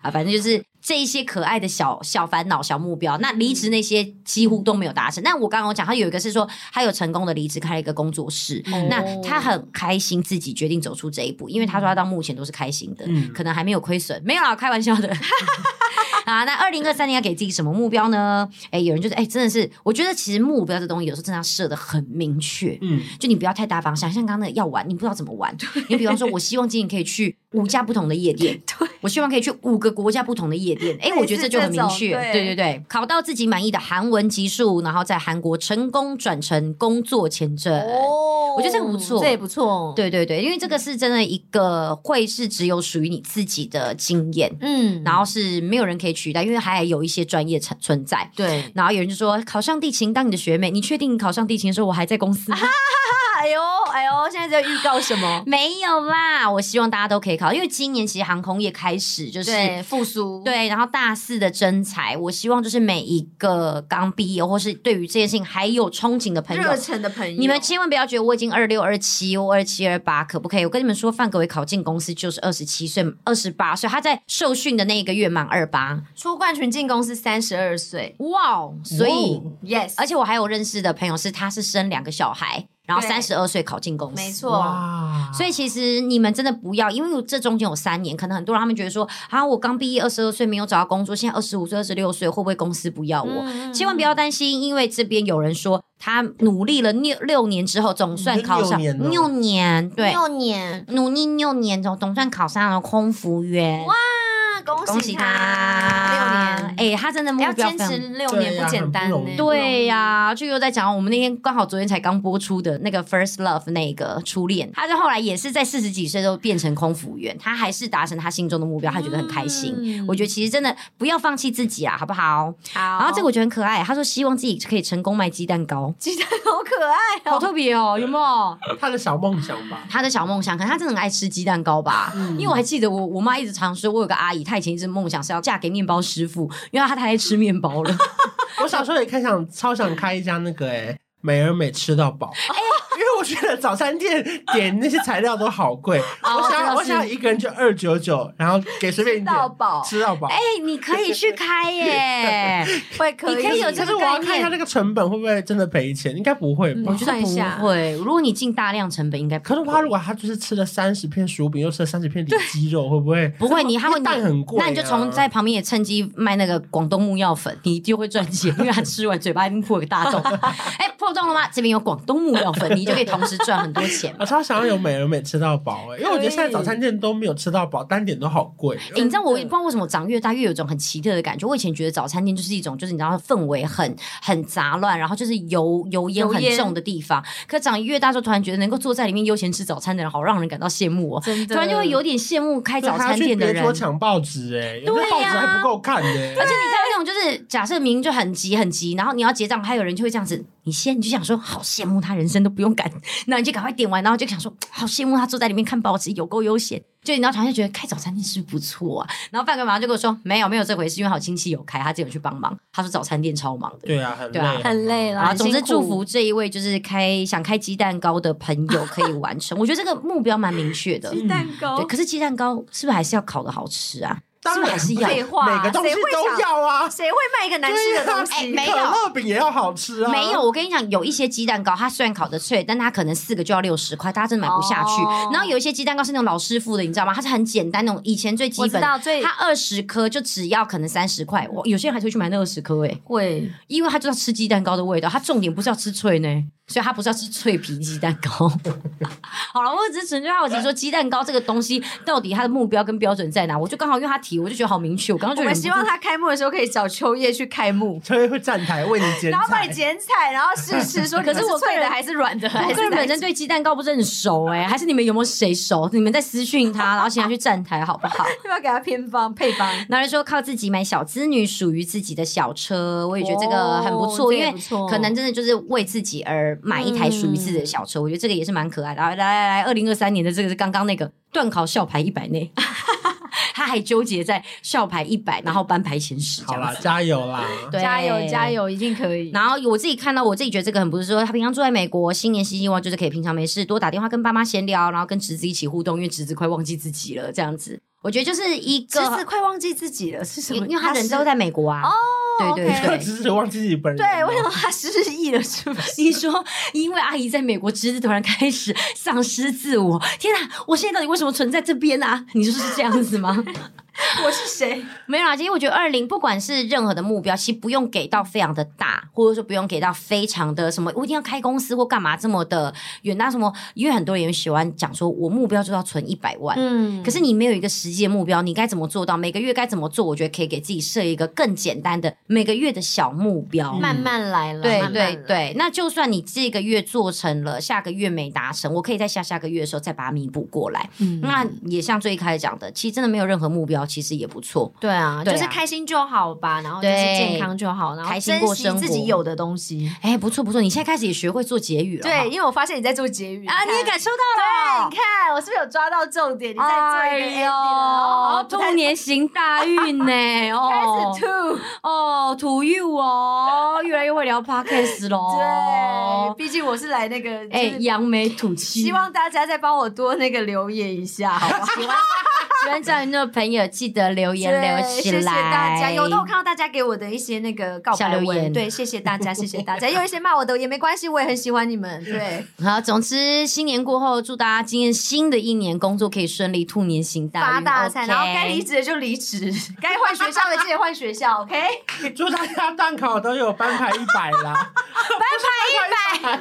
Speaker 2: 啊，反正就是这一些可爱的小小烦恼、小目标。那离职那些几乎都没有达成。那我刚刚有讲，他有一个是说，他有成功的离职，开了一个工作室。
Speaker 1: 嗯
Speaker 2: 那他很开心自己决定走出这一步，因为他说他到目前都是开心的，
Speaker 3: 嗯
Speaker 2: 可能还没有亏损。没有啦，开玩笑的。 啊，那二零二三年要给自己什么目标呢？哎、有人就是哎、真的是，我觉得其实目标这东西有时候真的要设的很明确。
Speaker 3: 嗯，
Speaker 2: 就你不要太大方向，像刚刚那个要玩，你不知道怎么玩。你比方说，我希望今年可以去五家不同的夜店，
Speaker 1: 对
Speaker 2: 我希望可以去五个国家不同的夜店。哎、
Speaker 1: 类似
Speaker 2: 我觉得这就很明确。
Speaker 1: 这种
Speaker 2: 对
Speaker 1: 对
Speaker 2: 对对，考到自己满意的韩文级数，然后在韩国成功转成工作签证。
Speaker 1: 哦
Speaker 2: 我觉得这个不错
Speaker 1: 这也不错。，
Speaker 2: 对对对，因为这个是真的一个会是只有属于你自己的经验，
Speaker 1: 嗯，
Speaker 2: 然后是没有人可以取代，因为还有一些专业存存在。
Speaker 1: 对，
Speaker 2: 然后有人就说考上地勤当你的学妹，你确定你考上地勤的时候我还在公司吗？？
Speaker 1: 哎呦哎呦，现在在预告什么
Speaker 2: 没有啦，我希望大家都可以考，因为今年其实航空业开始就是。
Speaker 1: 对，复苏，，
Speaker 2: 对，然后大四的征才，我希望就是每一个刚毕业或是对于这件事情还有憧憬的朋友
Speaker 1: 热，忱的朋友，
Speaker 2: 你们千万不要觉得我已经二六、二七或二七、二八，可不可以？我跟你们说，范格维考进公司就是二十七岁、二十八岁，他在受训的那一个月满二八，
Speaker 1: 出冠群进公司三十二岁
Speaker 2: 哇哦！所以，
Speaker 1: ，yes，
Speaker 2: 而且我还有认识的朋友是，他是生两个小孩，然后
Speaker 1: 对
Speaker 2: 三十二岁考进公司，
Speaker 1: 没错，
Speaker 3: 哦哇，
Speaker 2: 哦所以其实你们真的不要，因为这中间有三年，可能很多人他们觉得说啊，我刚毕业二十二岁没有找到工作，现在二十五岁、二十六岁，会不会公司不要我？
Speaker 1: 嗯
Speaker 2: 千万不要担心，因为这边有人说他努力了六六年之后，总算考上
Speaker 3: 六年了
Speaker 2: 六年，对，
Speaker 1: 六年，
Speaker 2: 努力六年总总算考上了空服员，哇，
Speaker 1: 那恭
Speaker 2: 恭
Speaker 1: 喜
Speaker 2: 喜他！
Speaker 1: 六年，
Speaker 2: 哎、他真的目
Speaker 1: 要
Speaker 2: 标
Speaker 1: 坚
Speaker 2: 非常
Speaker 1: 持六
Speaker 3: 对
Speaker 1: 年
Speaker 3: 呀
Speaker 1: 不简单
Speaker 3: 很不容
Speaker 1: 呢
Speaker 3: 易，
Speaker 2: 对呀、就又在讲我们那天刚好昨天才刚播出的那个《First Love》那个初恋，他就后来也是在四十几岁都变成空服员，他还是达成他心中的目标，他觉得很开心。
Speaker 1: 嗯
Speaker 2: 我觉得其实真的不要放弃自己啊，好不好？
Speaker 1: 好，
Speaker 2: 然后这个我觉得很可爱，他说希望自己可以成功卖鸡蛋糕，
Speaker 1: 鸡蛋 好可爱
Speaker 2: 好
Speaker 1: 哦，
Speaker 2: 特别哦，有没有？
Speaker 3: 他的小梦想吧，
Speaker 2: 他的小梦想，可能他真的很爱吃鸡蛋糕吧。因为我还记得我我妈一直常说，我有个阿姨，她以前一直梦想是要嫁给面包师傅，因为她太爱吃面包了。
Speaker 3: 我小时候也看想超想开一家那个哎、美而美吃到饱，
Speaker 2: 哎
Speaker 3: 因为我觉得早餐店点那些材料都好贵，
Speaker 2: 哦
Speaker 3: 我想要我想要一个人就二九九，然后给随便你点
Speaker 1: 到 饱
Speaker 3: 吃到 饱。
Speaker 2: 哎、你可以去开耶。
Speaker 1: 会可以，
Speaker 2: 你可以有这个
Speaker 3: 可是我要
Speaker 2: 概
Speaker 3: 看一下
Speaker 2: 念嗯
Speaker 3: 那个成本会不会真的赔钱，应该不会吧
Speaker 2: 我？觉得
Speaker 1: 算一下
Speaker 2: 不会。如果你进大量成本，应该不
Speaker 3: 可是他如果他就是吃了三十片薯饼，又吃了三十片里脊肉，会不会？
Speaker 2: 不会，你
Speaker 3: 因
Speaker 2: 他会
Speaker 3: 为蛋很贵啊
Speaker 2: 那你就从在旁边也趁机卖那个广东木药粉，你就会赚钱，因为他吃完嘴巴一定破个大 洞。哎、破洞了吗？这边有广东木药粉，你就可以同时赚很多钱。
Speaker 3: 我啊超想要有美而美吃到饱哎、因为我觉得现在早餐店都没有吃到饱，单点都好贵。
Speaker 2: 哎你知道我也不知道为什么长越大越有一种很奇特的感觉。我以前觉得早餐店就是一种，就是你知道氛围很很杂乱，然后就是油油烟
Speaker 1: 油
Speaker 2: 很
Speaker 1: 烟
Speaker 2: 重的地方。可长越大之后，突然觉得能够坐在里面悠闲吃早餐的人，好让人感到羡慕哦。
Speaker 1: 真的，
Speaker 2: 突然就会有点羡慕开
Speaker 3: 对
Speaker 2: 早
Speaker 3: 还要
Speaker 2: 餐
Speaker 3: 去
Speaker 2: 店的
Speaker 3: 别
Speaker 2: 人。
Speaker 3: 桌抢报纸哎、有
Speaker 2: 对
Speaker 3: 的
Speaker 2: 呀
Speaker 3: 报纸还不够看欸呢、
Speaker 2: 而且你知道那种就是假设明明就很急很急，然后你要结账，还有人就会这样子，你先你就想说好羡慕他人生都不用赶，那你就赶快点完，然后就想说好羡慕他坐在里面看报纸有够悠闲。就你知道，突然就觉得开早餐店是不是不错啊？然后范哥马上就跟我说，没有没有这回事，因为好亲戚有开，他自己有去帮忙。他说早餐店超忙的。
Speaker 3: 对啊，很累、
Speaker 2: 对啊
Speaker 1: 很累
Speaker 2: 然
Speaker 1: 了
Speaker 2: 后，总之
Speaker 1: 很辛
Speaker 2: 祝
Speaker 1: 苦
Speaker 2: 福这一位就是开想开鸡蛋糕的朋友可以完成。我觉得这个目标蛮明确的。
Speaker 1: 鸡蛋糕
Speaker 2: 对，，可是鸡蛋糕是不是还是要烤的好吃啊？
Speaker 3: 当然
Speaker 2: 是不是还是
Speaker 1: 废
Speaker 2: 要？
Speaker 1: 话，
Speaker 3: 每个东西
Speaker 1: 谁会
Speaker 3: 都
Speaker 1: 想，
Speaker 3: 要啊。
Speaker 1: 谁会卖一个难吃的东
Speaker 2: 哎
Speaker 1: 西？
Speaker 2: 没有
Speaker 3: 可乐饼也要好吃啊！
Speaker 2: 没有，，我跟你讲，有一些鸡蛋糕，它虽然烤的脆，但它可能四个就要六十块，大家真的买不下去。
Speaker 1: 哦
Speaker 2: 然后有一些鸡蛋糕是那种老师傅的，你知道吗？它是很简单那种，以前最基
Speaker 1: 我知
Speaker 2: 本。
Speaker 1: 道最
Speaker 2: 它二十颗就只要可能三十块，我有些人还是会去买那二十颗诶，
Speaker 1: 会
Speaker 2: 因为他就要吃鸡蛋糕的味道，他重点不是要吃脆呢，所以他不是要吃脆皮鸡蛋 糕。好了，我只是纯粹好奇说鸡蛋糕这个东西到底它的目标跟标准在哪？我就刚好因为他提，我就觉得好明确，我刚刚 就
Speaker 1: 我们
Speaker 2: 忍不
Speaker 1: 希
Speaker 2: 住
Speaker 1: 望他开幕的时候可以找秋叶去开幕，
Speaker 3: 所以会站台为你剪
Speaker 1: 然后帮
Speaker 3: 彩
Speaker 1: 你。剪彩，然后试吃说，可
Speaker 2: 是我个
Speaker 1: 脆
Speaker 2: 人
Speaker 1: 的还是软的，还
Speaker 2: 我个
Speaker 1: 是
Speaker 2: 人
Speaker 1: 哪
Speaker 2: 本
Speaker 1: 一种
Speaker 2: 身对鸡蛋糕不是很熟哎、还是你们有没有谁熟？你们在私讯 他，然后请他去站台好不好？
Speaker 1: 要不要给他偏方配方？
Speaker 2: 然后就说靠自己买小资女属于自己的小车，我也觉得这个很不错，
Speaker 1: 哦这
Speaker 2: 因
Speaker 1: 也
Speaker 2: 为
Speaker 1: 不错
Speaker 2: 可能真的就是为自己而买一台属于自己的小车，
Speaker 1: 嗯
Speaker 2: 我觉得这个也是蛮可爱的。来来来，二零二三年的这个是刚刚那个断考校牌一百内， 他还纠结在校牌一百，然后班牌前十这
Speaker 3: 好
Speaker 2: 样
Speaker 3: 啦，
Speaker 2: 子。
Speaker 3: 加油啦！
Speaker 2: 对
Speaker 1: 加油加油，一定可以。
Speaker 2: 然后我自己看到，我自己觉得这个很不是说他平常住在美国，新年新希望就是可以平常没事多打电话跟爸妈闲聊，然后跟侄子一起互动，因为侄子快忘记自己了这样子。我觉得就是一
Speaker 5: 其
Speaker 2: 个，
Speaker 5: 实快忘记自己了是什
Speaker 2: 因
Speaker 5: 么？
Speaker 2: 为他人
Speaker 5: 失
Speaker 2: 都在美国啊。哦，对对
Speaker 5: OK
Speaker 2: 对，
Speaker 3: 只是忘记自己本人。
Speaker 5: 对，为什么他失忆了？是不是？
Speaker 2: 你说，因为阿姨在美国之后突然开始丧失自我，天哪！我现在到底为什么存在这边啊？你说是这样子吗？
Speaker 5: 我是谁？
Speaker 2: 没有啦，其实我觉得二零不管是任何的目标，其实不用给到非常的大，或者说不用给到非常的什么，我一定要开公司或干嘛这么的远大什么，因为很多人喜欢讲说我目标就要存一百万，
Speaker 5: 嗯，
Speaker 2: 可是你没有一个实际的目标，你该怎么做到？每个月该怎么做？我觉得可以给自己设一个更简单的每个月的小目标。
Speaker 5: 慢慢来了，
Speaker 2: 对
Speaker 5: 慢慢
Speaker 2: 对
Speaker 5: 来，
Speaker 2: 对，那就算你这个月做成了，下个月没达成，我可以在下下个月的时候再把它弥补过来。
Speaker 5: 嗯
Speaker 2: 那也像最一开始讲的，其实真的没有任何目标，其实也不错。
Speaker 5: 对啊，
Speaker 2: 对
Speaker 5: 就
Speaker 2: 啊
Speaker 5: 是开心就好吧，然后就是
Speaker 2: 对
Speaker 5: 健康就好，然后
Speaker 2: 开心过
Speaker 5: 珍惜
Speaker 2: 生
Speaker 5: 自
Speaker 2: 活
Speaker 5: 己有的东西。
Speaker 2: 哎，不错不错，你现在开始也学会做结语了哈。
Speaker 5: 对，因为我发现你在做结语
Speaker 2: 啊，你也
Speaker 5: 看
Speaker 2: 感受到了。哎
Speaker 5: 对，你看我是不是有抓到重点？你在做一个
Speaker 1: 哎
Speaker 5: ending
Speaker 2: 呦
Speaker 5: 了，哦不太
Speaker 2: 兔年行大运 呢！
Speaker 5: 开
Speaker 2: 哦
Speaker 5: 始吐。
Speaker 2: 哦，土玉哦，越来越会聊 podcast
Speaker 5: 对，
Speaker 2: 喽。
Speaker 5: 毕竟我是来那个，
Speaker 2: 哎，
Speaker 5: 哎，
Speaker 2: 扬眉吐气。
Speaker 5: 希望大家再帮我多那个留言一下，好吧？
Speaker 2: 喜欢喜欢赵云诺的朋友，记得留言留
Speaker 5: 对
Speaker 2: 起来。
Speaker 5: 谢谢大家。有的我看到大家给我的一些那个告
Speaker 2: 小
Speaker 5: 白
Speaker 2: 留言
Speaker 5: 文，对，谢谢大家，谢谢大家。也有一些骂我的也没关系，我也很喜欢你们。 对，
Speaker 2: 好，总之新年过后，祝大家今年新的一年工作可以顺利，兔年行大运。
Speaker 5: 发大财，
Speaker 2: OK
Speaker 5: 然后该离职的就离职， 该换学校的记得换学校，OK？
Speaker 3: 祝大家蛋考都有班牌一百啦！ 班牌一百，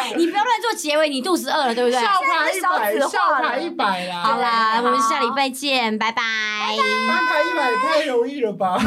Speaker 2: 哎你不要乱做结尾，你肚子饿了对不对？
Speaker 3: 校牌
Speaker 5: 现
Speaker 3: 一
Speaker 5: 在是少
Speaker 3: 百，
Speaker 5: 子化
Speaker 3: 校
Speaker 5: 了
Speaker 3: 牌一百啦！
Speaker 2: 好啦，
Speaker 5: 好
Speaker 2: 我们下礼拜见，拜拜
Speaker 3: 班牌一百太容易了吧？